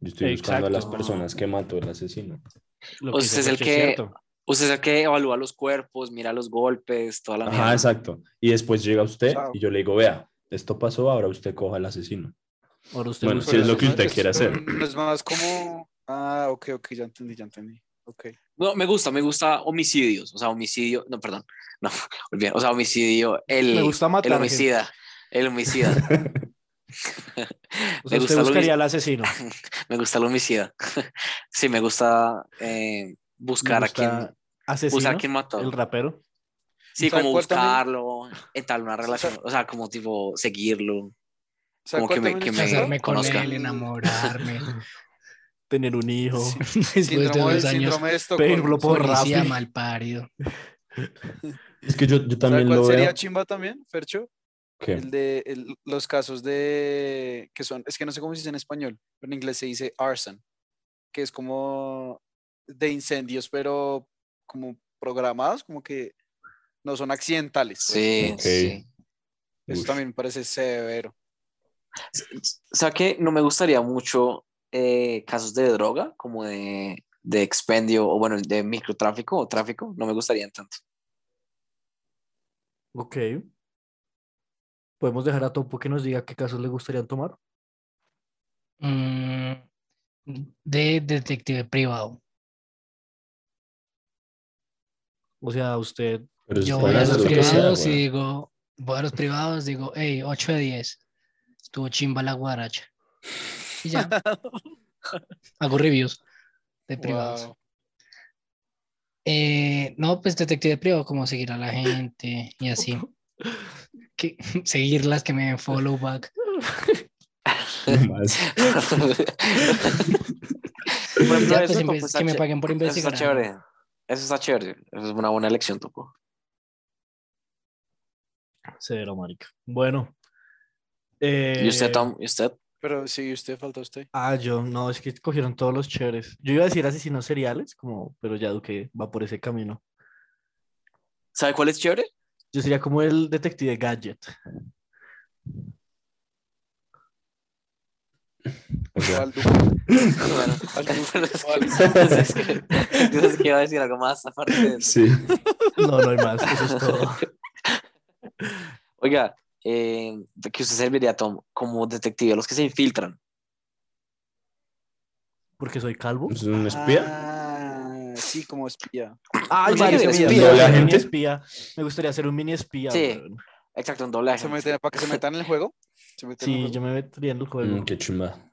Speaker 2: Yo estoy buscando a las
Speaker 1: Exacto.
Speaker 2: personas que mató el asesino.
Speaker 1: Lo
Speaker 5: O sea,
Speaker 1: hizo
Speaker 5: es el
Speaker 1: Fercho
Speaker 5: que-
Speaker 1: cierto.
Speaker 5: Usted es el que evalúa los cuerpos, mira los golpes, toda la mierda.
Speaker 2: Ajá, exacto. Y después llega usted
Speaker 4: Chao.
Speaker 2: y yo le digo, vea, esto pasó, ahora usted coja al asesino.
Speaker 1: Ahora usted
Speaker 2: Bueno,
Speaker 1: busca
Speaker 2: si es
Speaker 1: la
Speaker 2: lo que
Speaker 1: persona
Speaker 2: usted quiere
Speaker 4: Pero
Speaker 2: hacer.
Speaker 4: No es más como. Ah, ok, ok, ya entendí, ya entendí. Ok.
Speaker 5: No, me gusta, me gusta homicidios. O sea, homicidio. No, perdón. No, olvidé. O sea, homicidio. El,
Speaker 1: Me gusta matar
Speaker 5: el
Speaker 1: gente.
Speaker 5: homicida. El homicida.
Speaker 1: O sea,
Speaker 5: Me
Speaker 1: usted
Speaker 5: gusta lo
Speaker 1: buscaría
Speaker 5: mismo.
Speaker 1: al asesino.
Speaker 5: me gusta el homicida. sí, me gusta eh, buscar
Speaker 1: Me
Speaker 5: a
Speaker 1: gusta
Speaker 5: quien.
Speaker 1: Asesino,
Speaker 5: Buscar a quien mató.
Speaker 1: el rapero.
Speaker 5: Sí,
Speaker 4: ¿Sabe
Speaker 5: como
Speaker 4: cuál también?
Speaker 5: buscarlo, entablar una relación. O sea, como tipo seguirlo.
Speaker 4: ¿Sabe
Speaker 5: Como
Speaker 4: cuál
Speaker 5: que me-
Speaker 4: también
Speaker 5: que
Speaker 4: es
Speaker 5: me-
Speaker 4: pesado?
Speaker 3: Casarme con
Speaker 5: conozca.
Speaker 3: él, enamorarme.
Speaker 1: Tener un hijo.
Speaker 4: Sí.
Speaker 3: Después de
Speaker 4: Síndrome,
Speaker 3: Pues, dos años.
Speaker 4: síndrome de
Speaker 1: Pedro
Speaker 4: Estocolmo.
Speaker 1: por
Speaker 3: Policía
Speaker 1: Rappi.
Speaker 3: mal parido.
Speaker 2: Es que yo, yo
Speaker 4: ¿Sabe
Speaker 2: también
Speaker 4: cuál
Speaker 2: lo
Speaker 4: sería
Speaker 2: veo.
Speaker 4: chimba también, Fercho?
Speaker 2: ¿Qué?
Speaker 4: El de el- los casos de. que son. Es que no sé cómo se dice en español, pero en inglés se dice arson, que es como de incendios, pero como programados, como que no son accidentales. pues.
Speaker 5: Sí,
Speaker 2: Ok.
Speaker 5: sí.
Speaker 4: Eso
Speaker 2: Ush.
Speaker 4: también me parece severo.
Speaker 5: O sea que no me gustaría mucho eh, casos de droga, como de, de expendio o bueno, de microtráfico o tráfico, no me gustarían tanto.
Speaker 1: Ok. ¿Podemos dejar a Topo que nos diga qué casos le gustaría tomar?
Speaker 3: Mm, de detective privado.
Speaker 1: O sea, usted
Speaker 2: Pero
Speaker 3: Yo
Speaker 2: Pues eso
Speaker 3: voy
Speaker 2: puede
Speaker 3: a
Speaker 2: hacer
Speaker 3: los
Speaker 2: lo que sea,
Speaker 3: privados y
Speaker 2: güey.
Speaker 3: digo, voy a los privados, digo, hey, 8 de 10. Tuvo chimba la guaracha. Y ya. Hago reviews de privados.
Speaker 4: Wow.
Speaker 3: Eh, no, pues detective privado, como seguir a la gente y así. Que, seguirlas, que me den follow back.
Speaker 2: No más.
Speaker 5: Por ejemplo,
Speaker 3: Ya,
Speaker 5: eso,
Speaker 3: pues, en
Speaker 5: Topo,
Speaker 3: vez-
Speaker 5: está
Speaker 3: que me
Speaker 5: ché-
Speaker 3: paguen por
Speaker 5: Eso está
Speaker 3: investigar.
Speaker 5: chévere. Eso está chévere. Eso es una buena elección, Topo.
Speaker 1: Cero, marica. Bueno.
Speaker 5: ¿Y usted,
Speaker 1: eh,
Speaker 5: Tom? ¿Y usted?
Speaker 4: Pero sí, usted falta usted.
Speaker 1: Ah, yo, no, es que cogieron todos los chéveres. Yo iba a decir asesinos seriales, como, pero ya Duque va por ese camino.
Speaker 5: ¿Sabe cuál es chévere?
Speaker 1: Yo sería como el detective Gadget.
Speaker 2: O sea,
Speaker 4: Al Duque.
Speaker 5: Bueno,
Speaker 4: Al Duque.
Speaker 5: bueno, es que, es que iba a decir algo más aparte de eso.
Speaker 2: sí.
Speaker 1: No, no hay más, eso es todo.
Speaker 5: Oiga, eh, que usted serviría, Tom, como detective, los que se infiltran.
Speaker 1: Porque soy calvo.
Speaker 2: ¿Es un espía?
Speaker 4: Ah, sí, como espía.
Speaker 1: Ay,
Speaker 5: Pues hay que
Speaker 1: marica, me
Speaker 5: ser espía.
Speaker 1: gustaría ser
Speaker 2: ¿La
Speaker 1: un mini
Speaker 2: gente?
Speaker 1: espía. Me gustaría ser un mini espía.
Speaker 5: Sí.
Speaker 1: weón.
Speaker 5: Exacto, un doble
Speaker 4: Se
Speaker 5: agente.
Speaker 4: mete- para que se metan en el juego. Se meten en
Speaker 1: Sí,
Speaker 4: el
Speaker 1: yo me metería en el juego.
Speaker 2: Mm, qué chimba.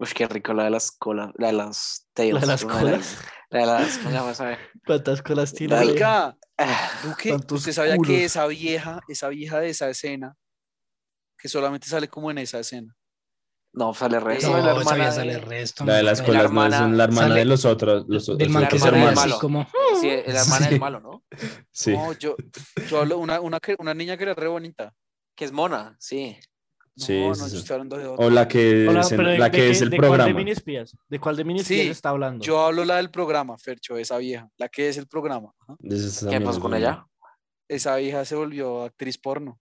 Speaker 5: Uf, qué rico la de las colas, la de las tails.
Speaker 1: La de las
Speaker 5: ¿no?
Speaker 1: colas.
Speaker 5: La de las, ¿cómo se llama esa?
Speaker 1: ¿Cuántas colas tiene?
Speaker 5: La-
Speaker 4: juego.
Speaker 1: weón?
Speaker 4: Oiga,
Speaker 5: Ah,
Speaker 4: Duque,
Speaker 1: Tantos
Speaker 4: usted sabía
Speaker 1: culos.
Speaker 4: que esa vieja, esa vieja de esa escena, que solamente sale como en esa escena.
Speaker 5: No, sale re.
Speaker 4: Eso
Speaker 3: No,
Speaker 4: es la
Speaker 3: esa
Speaker 4: hermana
Speaker 3: vieja
Speaker 4: de-
Speaker 3: sale resto.
Speaker 2: La de
Speaker 3: man.
Speaker 2: las
Speaker 5: La
Speaker 2: colas
Speaker 5: hermana-
Speaker 2: no es la hermana
Speaker 3: sale-
Speaker 2: de los otros. Los,
Speaker 3: Del
Speaker 2: los
Speaker 3: man
Speaker 5: la
Speaker 3: que
Speaker 2: otros
Speaker 3: se
Speaker 5: hermana
Speaker 3: ve
Speaker 5: del
Speaker 2: hermanos.
Speaker 3: así
Speaker 5: malo.
Speaker 3: como.
Speaker 5: Sí, la hermana
Speaker 2: Sí.
Speaker 5: del malo, ¿no?
Speaker 2: Sí.
Speaker 4: No, yo, yo hablo una, una, que- una niña que era re bonita.
Speaker 5: Que es mona, sí.
Speaker 4: No,
Speaker 2: Sí,
Speaker 4: no,
Speaker 2: sí,
Speaker 4: yo
Speaker 2: sí.
Speaker 4: estoy hablando de otra.
Speaker 2: O la que,
Speaker 1: Hola,
Speaker 2: es, en-
Speaker 1: pero ¿de-
Speaker 2: la
Speaker 1: de
Speaker 2: que
Speaker 1: qué-
Speaker 2: es el
Speaker 1: de ¿Cuál de
Speaker 2: programa.
Speaker 1: mini espías? ¿De cuál de mini
Speaker 4: Sí,
Speaker 1: espías está hablando?
Speaker 4: Yo hablo la del programa, Fercho, esa vieja, la que es el programa. Ajá.
Speaker 2: Esa es
Speaker 5: ¿Qué
Speaker 2: también
Speaker 5: pasó
Speaker 2: es
Speaker 5: con
Speaker 2: buena.
Speaker 5: ella?
Speaker 4: Esa vieja se volvió actriz porno.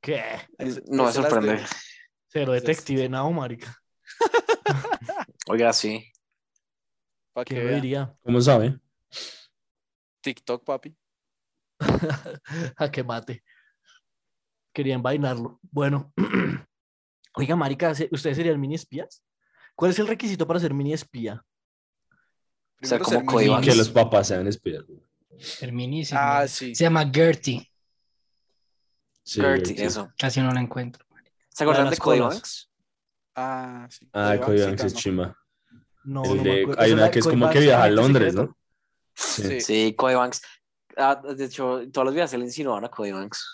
Speaker 1: ¿Qué?
Speaker 4: Ahí se-
Speaker 5: No me
Speaker 4: ahí se las
Speaker 5: sorprende.
Speaker 4: debo.
Speaker 1: Cero
Speaker 4: Esas-
Speaker 1: detective, no, marica.
Speaker 5: Oiga, sí.
Speaker 4: Para que
Speaker 1: ¿Qué
Speaker 4: vea.
Speaker 1: diría?
Speaker 2: ¿Cómo sabe?
Speaker 4: TikTok, papi.
Speaker 1: A que mate. Quería envainarlo. Bueno. Oiga, marica, ¿se- ¿ustedes serían mini espías? ¿Cuál es el requisito para ser mini espía?
Speaker 5: sea,
Speaker 4: Primero
Speaker 5: como
Speaker 4: ser
Speaker 5: Cody
Speaker 4: mini-
Speaker 5: Banks.
Speaker 2: Que los papás sean espías.
Speaker 3: Herminísimo.
Speaker 4: Ah, sí.
Speaker 3: Se llama Gertie.
Speaker 2: Sí,
Speaker 5: Gertie,
Speaker 2: sí.
Speaker 5: eso.
Speaker 3: Casi no la encuentro.
Speaker 1: La de
Speaker 5: ¿Se acuerdan de eh?
Speaker 1: las
Speaker 5: Cody
Speaker 1: colas.
Speaker 5: Banks?
Speaker 4: Ah, sí.
Speaker 2: Ah,
Speaker 4: Cody
Speaker 2: Cody
Speaker 4: Banks,
Speaker 2: Banks
Speaker 4: sí,
Speaker 2: es
Speaker 4: claro,
Speaker 2: chimba.
Speaker 1: No,
Speaker 2: El
Speaker 1: no me
Speaker 2: de-
Speaker 1: acuerdo. Esa
Speaker 2: hay
Speaker 1: es
Speaker 2: una
Speaker 1: la
Speaker 2: que es
Speaker 1: Cody
Speaker 2: como que
Speaker 1: Banks,
Speaker 2: viaja a
Speaker 1: agente
Speaker 2: Londres,
Speaker 1: secreto.
Speaker 2: ¿no? Sí.
Speaker 4: Sí.
Speaker 5: Sí, Cody Banks. Ah, de hecho, todos los días se le insinuaban a Cody Banks.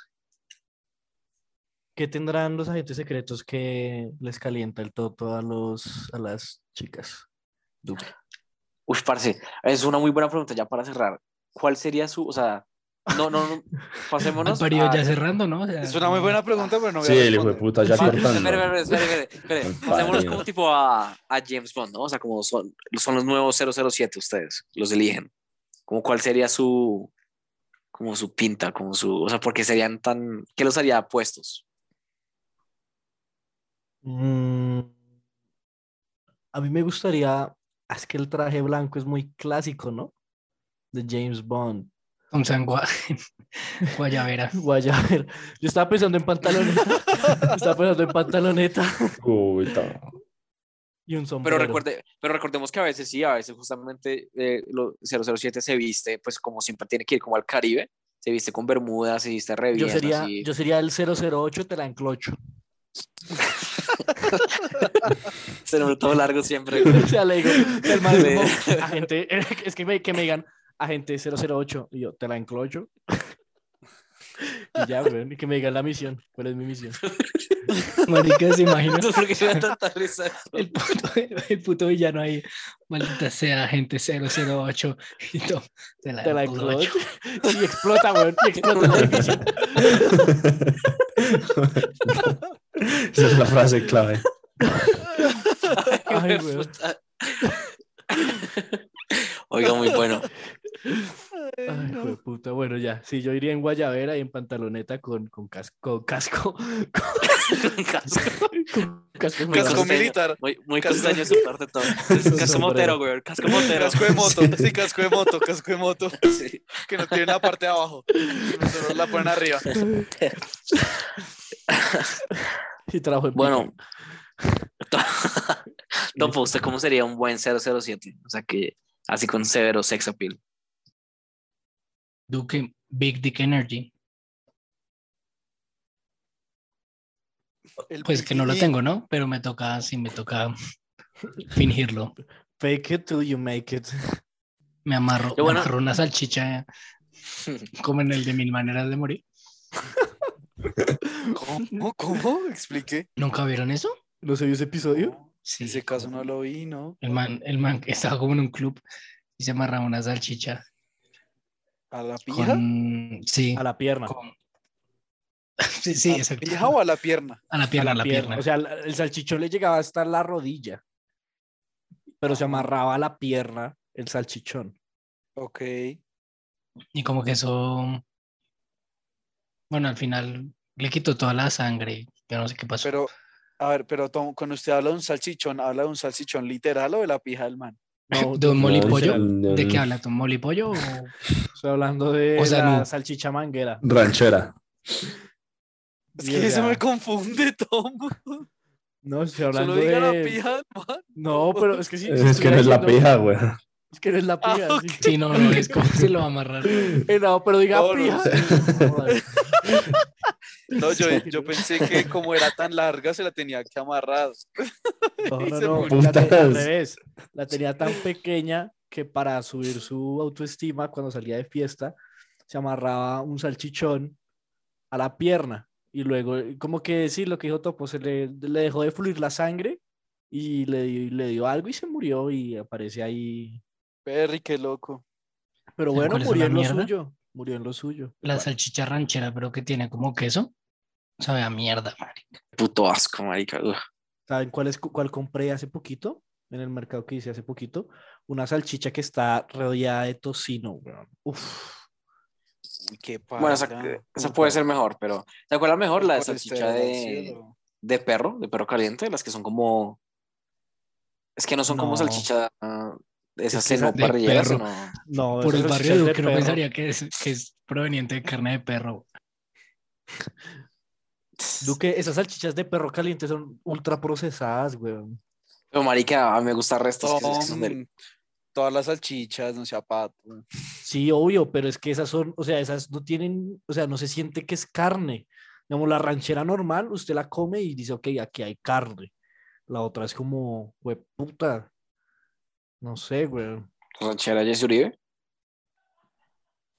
Speaker 1: ¿Qué tendrán los agentes secretos que les calienta el toto a, los, a las chicas? Duque.
Speaker 5: Uf, parce, es una muy buena pregunta ya para cerrar. ¿Cuál sería su, o sea, no, no, no,
Speaker 3: Al
Speaker 5: pasémonos
Speaker 3: parido
Speaker 5: a-
Speaker 3: ya cerrando, ¿no? O sea,
Speaker 4: Es una muy
Speaker 3: no-
Speaker 4: buena pregunta, pero no voy
Speaker 2: Sí,
Speaker 4: a
Speaker 2: el hijo de
Speaker 4: responder.
Speaker 2: puta ya
Speaker 5: Espera,
Speaker 2: cortando.
Speaker 5: espera, espera, espera, espera.
Speaker 2: Compadre.
Speaker 5: Pasémonos como tipo a, a James Bond, ¿no? O sea, como son, son los nuevos 007 ustedes, los eligen. Como cuál sería su, como su pinta, como su, o sea, porque serían tan, ¿qué los haría puestos?
Speaker 1: Mm, a mí me gustaría, ah, es que el traje blanco es muy clásico, ¿no? De James Bond.
Speaker 3: Tom Sangua. Guayavera.
Speaker 1: Guaya, a ver, yo estaba pensando en pantaloneta, estaba pensando en pantaloneta
Speaker 2: Uy, ta-
Speaker 1: y un
Speaker 5: Pero,
Speaker 1: sombrero.
Speaker 5: recuerde, pero recordemos que a veces sí, a veces justamente eh, lo- 007 se viste, pues como siempre tiene que ir como al Caribe, se viste con bermudas, se viste re
Speaker 1: yo
Speaker 5: bien,
Speaker 1: sería,
Speaker 5: así.
Speaker 1: yo sería el 008, te la enclocho.
Speaker 5: Se nota todo largo siempre.
Speaker 1: o sea, le digo, el man es
Speaker 5: Sí.
Speaker 1: como, agente, es que me, que me digan, agente 008, y yo, te la enclocho. y ya, weón, y que me digan la misión, cuál es mi misión.
Speaker 3: Marica, se imagina.
Speaker 5: Entonces, ¿por qué me da tanta risa eso?
Speaker 3: El puto, el puto villano ahí. Maldita sea, gente 008. Y Tom, te la,
Speaker 1: Te la
Speaker 3: enclocho.
Speaker 1: enclocho. Y explota, weón, y explota el edificio.
Speaker 2: Esa es la frase clave.
Speaker 1: Ay,
Speaker 5: Ay,
Speaker 1: güey.
Speaker 5: puta. Oiga, muy bueno.
Speaker 1: Ay, jueputa, bueno, ya. Sí, yo iría en guayabera y en pantaloneta con, con casco, con casco, con casco,
Speaker 5: Muy
Speaker 4: Casco
Speaker 5: costeño,
Speaker 4: militar.
Speaker 5: Muy, muy
Speaker 4: Casco-
Speaker 5: costeño su parte, Tom. Casco motero, güey. Casco motero.
Speaker 4: Casco de moto, sí, casco de moto, casco de moto,
Speaker 5: Sí.
Speaker 4: que no tiene una parte de abajo, solo la ponen arriba.
Speaker 1: y trabajo en
Speaker 5: Bueno.
Speaker 1: pica.
Speaker 5: To- Topo, ¿usted cómo sería un buen 007? O sea, que así con severo sex appeal.
Speaker 3: Duque, Big Dick Energy.
Speaker 1: El
Speaker 3: Pues que no lo
Speaker 1: PPE,
Speaker 3: tengo, ¿no? Pero me toca, sí, me toca fingirlo.
Speaker 1: Fake it till you make it.
Speaker 3: Me amarro,
Speaker 5: Qué bueno.
Speaker 3: me amarro una salchicha como en el de Mil Maneras de Morir.
Speaker 4: ¿Cómo? ¿Cómo? Expliqué.
Speaker 3: ¿Nunca vieron eso?
Speaker 1: ¿No se vio ese episodio?
Speaker 3: Sí.
Speaker 4: Ese caso no lo vi, ¿no?
Speaker 3: El man, el man que estaba como en un club y se amarraba una salchicha
Speaker 4: ¿A la pija?
Speaker 3: con... Sí,
Speaker 1: A la pierna.
Speaker 3: con- sí, sí,
Speaker 4: ¿A la
Speaker 3: exacto.
Speaker 4: pija o a la pierna?
Speaker 3: A la pierna, a la, pierna.
Speaker 1: O sea, la- el salchichón le llegaba hasta la rodilla. Pero se amarraba a la pierna el salchichón.
Speaker 4: Ok.
Speaker 3: Y como que eso... Bueno, al final le quitó toda la sangre. Yo no sé qué pasó.
Speaker 4: Pero, a ver, pero Tom, cuando usted habla de un salchichón, ¿habla de un salchichón literal o de la pija del man?
Speaker 1: No,
Speaker 3: ¿De un
Speaker 1: no,
Speaker 3: molipollo?
Speaker 1: literal.
Speaker 3: ¿De
Speaker 2: Em,
Speaker 3: qué habla? ¿Tu molipollo? o-
Speaker 1: Estoy hablando de
Speaker 3: O sea,
Speaker 1: la
Speaker 3: no.
Speaker 1: salchicha manguera.
Speaker 2: Ranchera.
Speaker 4: Es
Speaker 1: Y,
Speaker 4: que
Speaker 1: o
Speaker 4: eso
Speaker 1: sea,
Speaker 4: me confunde, Tom.
Speaker 1: No, estoy hablando
Speaker 4: Solo diga la
Speaker 1: de-
Speaker 4: pija del man.
Speaker 1: No, pero es que sí.
Speaker 2: Es que no es la pija, güey.
Speaker 1: Es que no es la
Speaker 4: Ah,
Speaker 1: pija. sí.
Speaker 3: Sí, no, no, es como si lo va a amarrar.
Speaker 1: Eh, no, pero diga
Speaker 4: No, no
Speaker 1: pija.
Speaker 4: sé.
Speaker 1: No, joder.
Speaker 4: No, yo, yo pensé que como era tan larga se la tenía que amarrar.
Speaker 1: No,
Speaker 4: Y
Speaker 1: no,
Speaker 4: se
Speaker 1: no,
Speaker 4: murió.
Speaker 1: la te- al
Speaker 2: Putas.
Speaker 1: revés. La tenía tan pequeña que para subir su autoestima cuando salía de fiesta, se amarraba un salchichón a la pierna. Y luego, eh, como que sí, lo que dijo Topo, se le, le dejó de fluir la sangre y le, dio- le dio algo y se murió y aparece ahí.
Speaker 4: Perry, qué loco.
Speaker 1: Pero
Speaker 3: ¿Saben
Speaker 1: bueno,
Speaker 3: cuál es
Speaker 1: murió
Speaker 3: una
Speaker 1: en lo
Speaker 3: mierda?
Speaker 1: suyo. Murió en lo suyo.
Speaker 3: La salchicha ranchera, pero que tiene como queso. Sabe a mierda, marica.
Speaker 5: Puto asco, marica. Ugh.
Speaker 1: ¿Saben cuál, es, cu- cuál compré hace poquito? En el mercado que hice hace poquito. Una salchicha que está rodeada de tocino, weón. Uf.
Speaker 4: Uy, qué
Speaker 5: Bueno, esa,
Speaker 4: paila.
Speaker 5: esa puede ser mejor, pero ¿te acuerdas mejor la de
Speaker 4: Por
Speaker 5: salchicha
Speaker 4: este
Speaker 5: de,
Speaker 4: cielo.
Speaker 5: de perro, de perro caliente? Las que son como. Es que no son
Speaker 1: No.
Speaker 5: como salchicha. ah, Esas
Speaker 1: Es que esa
Speaker 5: seno
Speaker 3: de
Speaker 5: parrilleras,
Speaker 3: perro.
Speaker 5: sino-
Speaker 1: No,
Speaker 3: Por
Speaker 1: esas
Speaker 3: el barrio de
Speaker 1: salchichas
Speaker 3: Duque no
Speaker 1: perro.
Speaker 3: pensaría que es, que es proveniente de carne de perro.
Speaker 1: Duque, esas salchichas de perro caliente son ultra procesadas, weón.
Speaker 5: Pero, marica, a mí me gusta restos. que- que son del-
Speaker 4: Tom, todas las salchichas, no sea pato.
Speaker 1: Sí, obvio, pero es que esas son, o sea, esas no tienen, o sea, no se siente que es carne. Digamos, la ranchera normal, usted la come y dice, ok, aquí hay carne. La otra es como, we puta. No sé, weón.
Speaker 5: ranchera Jesse Uribe.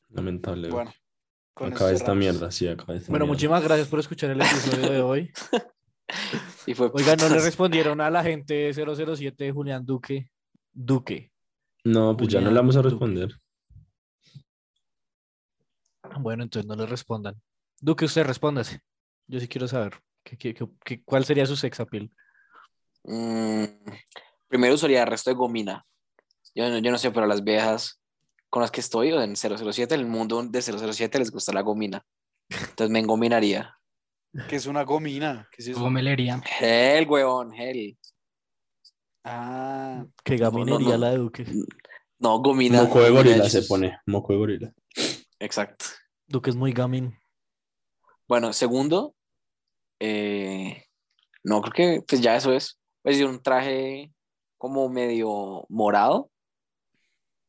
Speaker 2: Lamentable. güey.
Speaker 4: Bueno, con
Speaker 2: acaba
Speaker 4: eso
Speaker 2: esta
Speaker 4: cerramos.
Speaker 2: mierda, sí, acaba esta
Speaker 1: Bueno,
Speaker 2: mierda.
Speaker 1: muchísimas gracias por escuchar el episodio de hoy.
Speaker 5: Y fue
Speaker 1: Oigan, no le
Speaker 5: putas.
Speaker 1: respondieron a la gente 007 de Julián Duque. Duque.
Speaker 2: No, pues ya no
Speaker 1: Julián
Speaker 2: le vamos a
Speaker 1: Duque.
Speaker 2: responder.
Speaker 1: Bueno, entonces no le respondan. Duque, usted respóndase. Yo sí quiero saber ¿qué- qué- qué- qué- cuál sería su sex appeal.
Speaker 5: Mm, primero usaría el resto de gomina. Yo, no- yo no sé, pero las viejas con las que estoy, o en 007, en el mundo de 007 les gusta la gomina. Entonces me engominaría.
Speaker 4: Que es una gomina. ¿Qué es eso?
Speaker 3: Gomelería.
Speaker 5: Hell, huevón, hell.
Speaker 4: Ah,
Speaker 1: Que gaminería
Speaker 5: no, no.
Speaker 1: la de Duque.
Speaker 5: No, gomina.
Speaker 2: Moco de
Speaker 5: gomina
Speaker 2: gorila
Speaker 5: de
Speaker 2: se
Speaker 5: esos.
Speaker 2: pone. Moco de gorila.
Speaker 5: Exacto.
Speaker 1: Duque es muy gamin.
Speaker 5: Bueno, segundo, eh, no, creo que pues ya eso es. Pues de un traje como medio morado,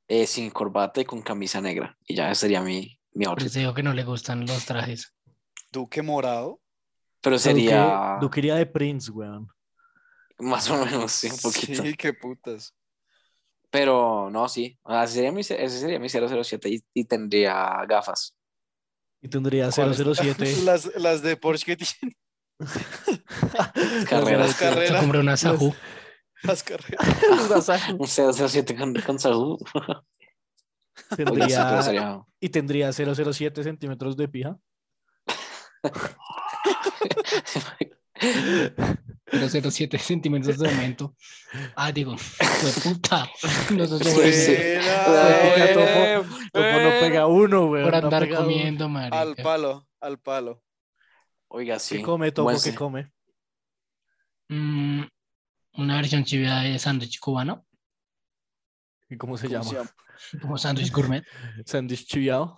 Speaker 5: eh, sin corbata y con camisa negra. Y ya ese sería mi, mi outfit.
Speaker 3: Pues te digo que no le gustan los trajes.
Speaker 4: Duque Morado.
Speaker 5: Pero Pues sería
Speaker 1: Duque, iría de Prince, weón.
Speaker 5: más o menos, sí, un poquito.
Speaker 4: Sí, qué putas.
Speaker 5: Pero no, sí. O sea, sería mi, ese sería mi 007 y, y tendría gafas.
Speaker 1: Y tendría
Speaker 4: ¿Cuál es?
Speaker 1: 007.
Speaker 4: Las, las de Porsche que tienen
Speaker 5: Carreras.
Speaker 4: las carreras.
Speaker 3: Se compró una Sahu.
Speaker 4: las carreras.
Speaker 5: Un 007 con, con salud. Oiga, sí, pero
Speaker 1: Tendría,
Speaker 5: sería-
Speaker 1: y tendría 007 centímetros de pija.
Speaker 3: Pero 0,7 centímetros de aumento. Ah, digo, fue puta. No sé
Speaker 4: Pues
Speaker 5: Sí,
Speaker 3: sobre
Speaker 5: sí. Eh,
Speaker 3: eso.
Speaker 1: Ay,
Speaker 4: Buena.
Speaker 1: Topo. Topo no pega uno, weón.
Speaker 3: Por
Speaker 1: no
Speaker 3: andar
Speaker 1: pega uno.
Speaker 3: comiendo,
Speaker 4: Al
Speaker 3: marica.
Speaker 4: palo, al palo.
Speaker 5: Oiga, sí.
Speaker 1: ¿Qué come, Topo?
Speaker 5: Buen
Speaker 1: ¿Qué
Speaker 5: se-
Speaker 1: come?
Speaker 3: Mm, una versión chivia de sándwich cubano,
Speaker 1: ¿Y cómo se
Speaker 4: ¿Cómo
Speaker 1: llama?
Speaker 4: se llama?
Speaker 3: como sándwich gourmet.
Speaker 1: Sándwich chillado.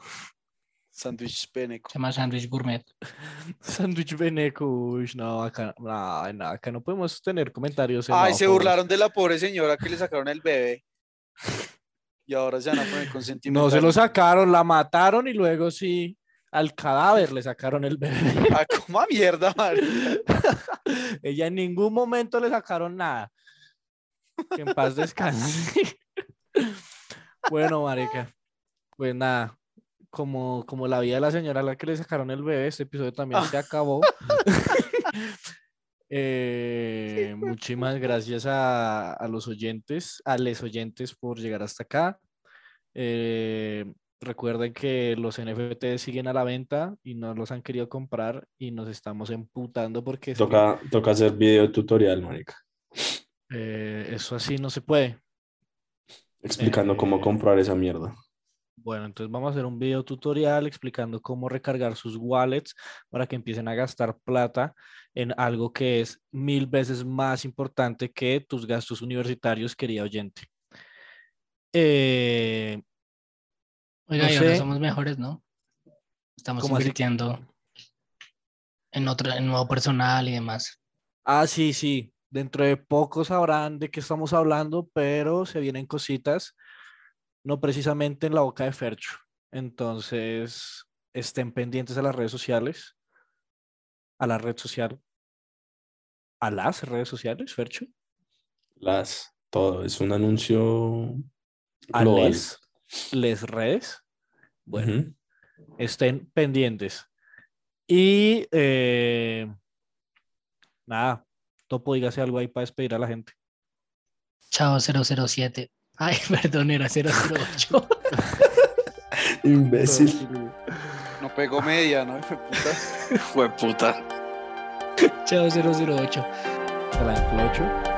Speaker 4: Sándwich peneco.
Speaker 3: Se llama sándwich gourmet.
Speaker 1: Sándwich veneco. Uy, no, acá no, no, acá no podemos tener comentarios.
Speaker 4: Ay, se
Speaker 1: xenófobos.
Speaker 4: burlaron de la pobre señora que le sacaron el bebé. Y ahora se van a poner
Speaker 1: No
Speaker 4: consentimiento.
Speaker 1: se lo sacaron, la mataron y luego sí. Al cadáver le sacaron el bebé.
Speaker 4: Ah, coma mierda, marica.
Speaker 1: Ella en ningún momento le sacaron nada. Que en paz descanse. bueno, marica. Pues nada. Como, como la vida de la señora a la que le sacaron el bebé, este episodio también se acabó. Eh, muchísimas gracias a, a los oyentes, a les oyentes por llegar hasta acá. Eh, recuerden que los NFT siguen a la venta y no los han querido comprar y nos estamos emputando porque eso-
Speaker 2: Toca, toca hacer video tutorial, marica.
Speaker 1: eh, eso así no se puede.
Speaker 2: Explicando
Speaker 1: Eh.
Speaker 2: cómo comprar esa mierda.
Speaker 1: Bueno, entonces vamos a hacer un video tutorial explicando cómo recargar sus wallets para que empiecen a gastar plata en algo que es mil veces más importante que tus gastos universitarios, querida oyente. Eh,
Speaker 3: Oiga,
Speaker 1: No
Speaker 3: y ahora
Speaker 1: sé.
Speaker 3: somos mejores, ¿no? Estamos
Speaker 1: ¿Cómo así?
Speaker 3: invirtiendo en otro, en nuevo personal y demás.
Speaker 1: ah, sí, sí, dentro de poco sabrán de qué estamos hablando, pero se vienen cositas, no precisamente en la boca de Fercho. Entonces, estén pendientes a las redes sociales, a la red social, a las redes sociales, Fercho.
Speaker 2: Las, todo, es un anuncio
Speaker 1: a
Speaker 2: global.
Speaker 1: les, les redes. Bueno,
Speaker 2: Ujú.
Speaker 1: estén pendientes. Y eh, nada, Topo, dígase algo ahí para despedir a la gente.
Speaker 3: Chao 007. Ay, perdón, era 008.
Speaker 2: Imbécil.
Speaker 4: No pegó media, ¿no? Hijo de puta.
Speaker 5: Fue puta.
Speaker 3: Chao 008.
Speaker 1: Se la enclocho.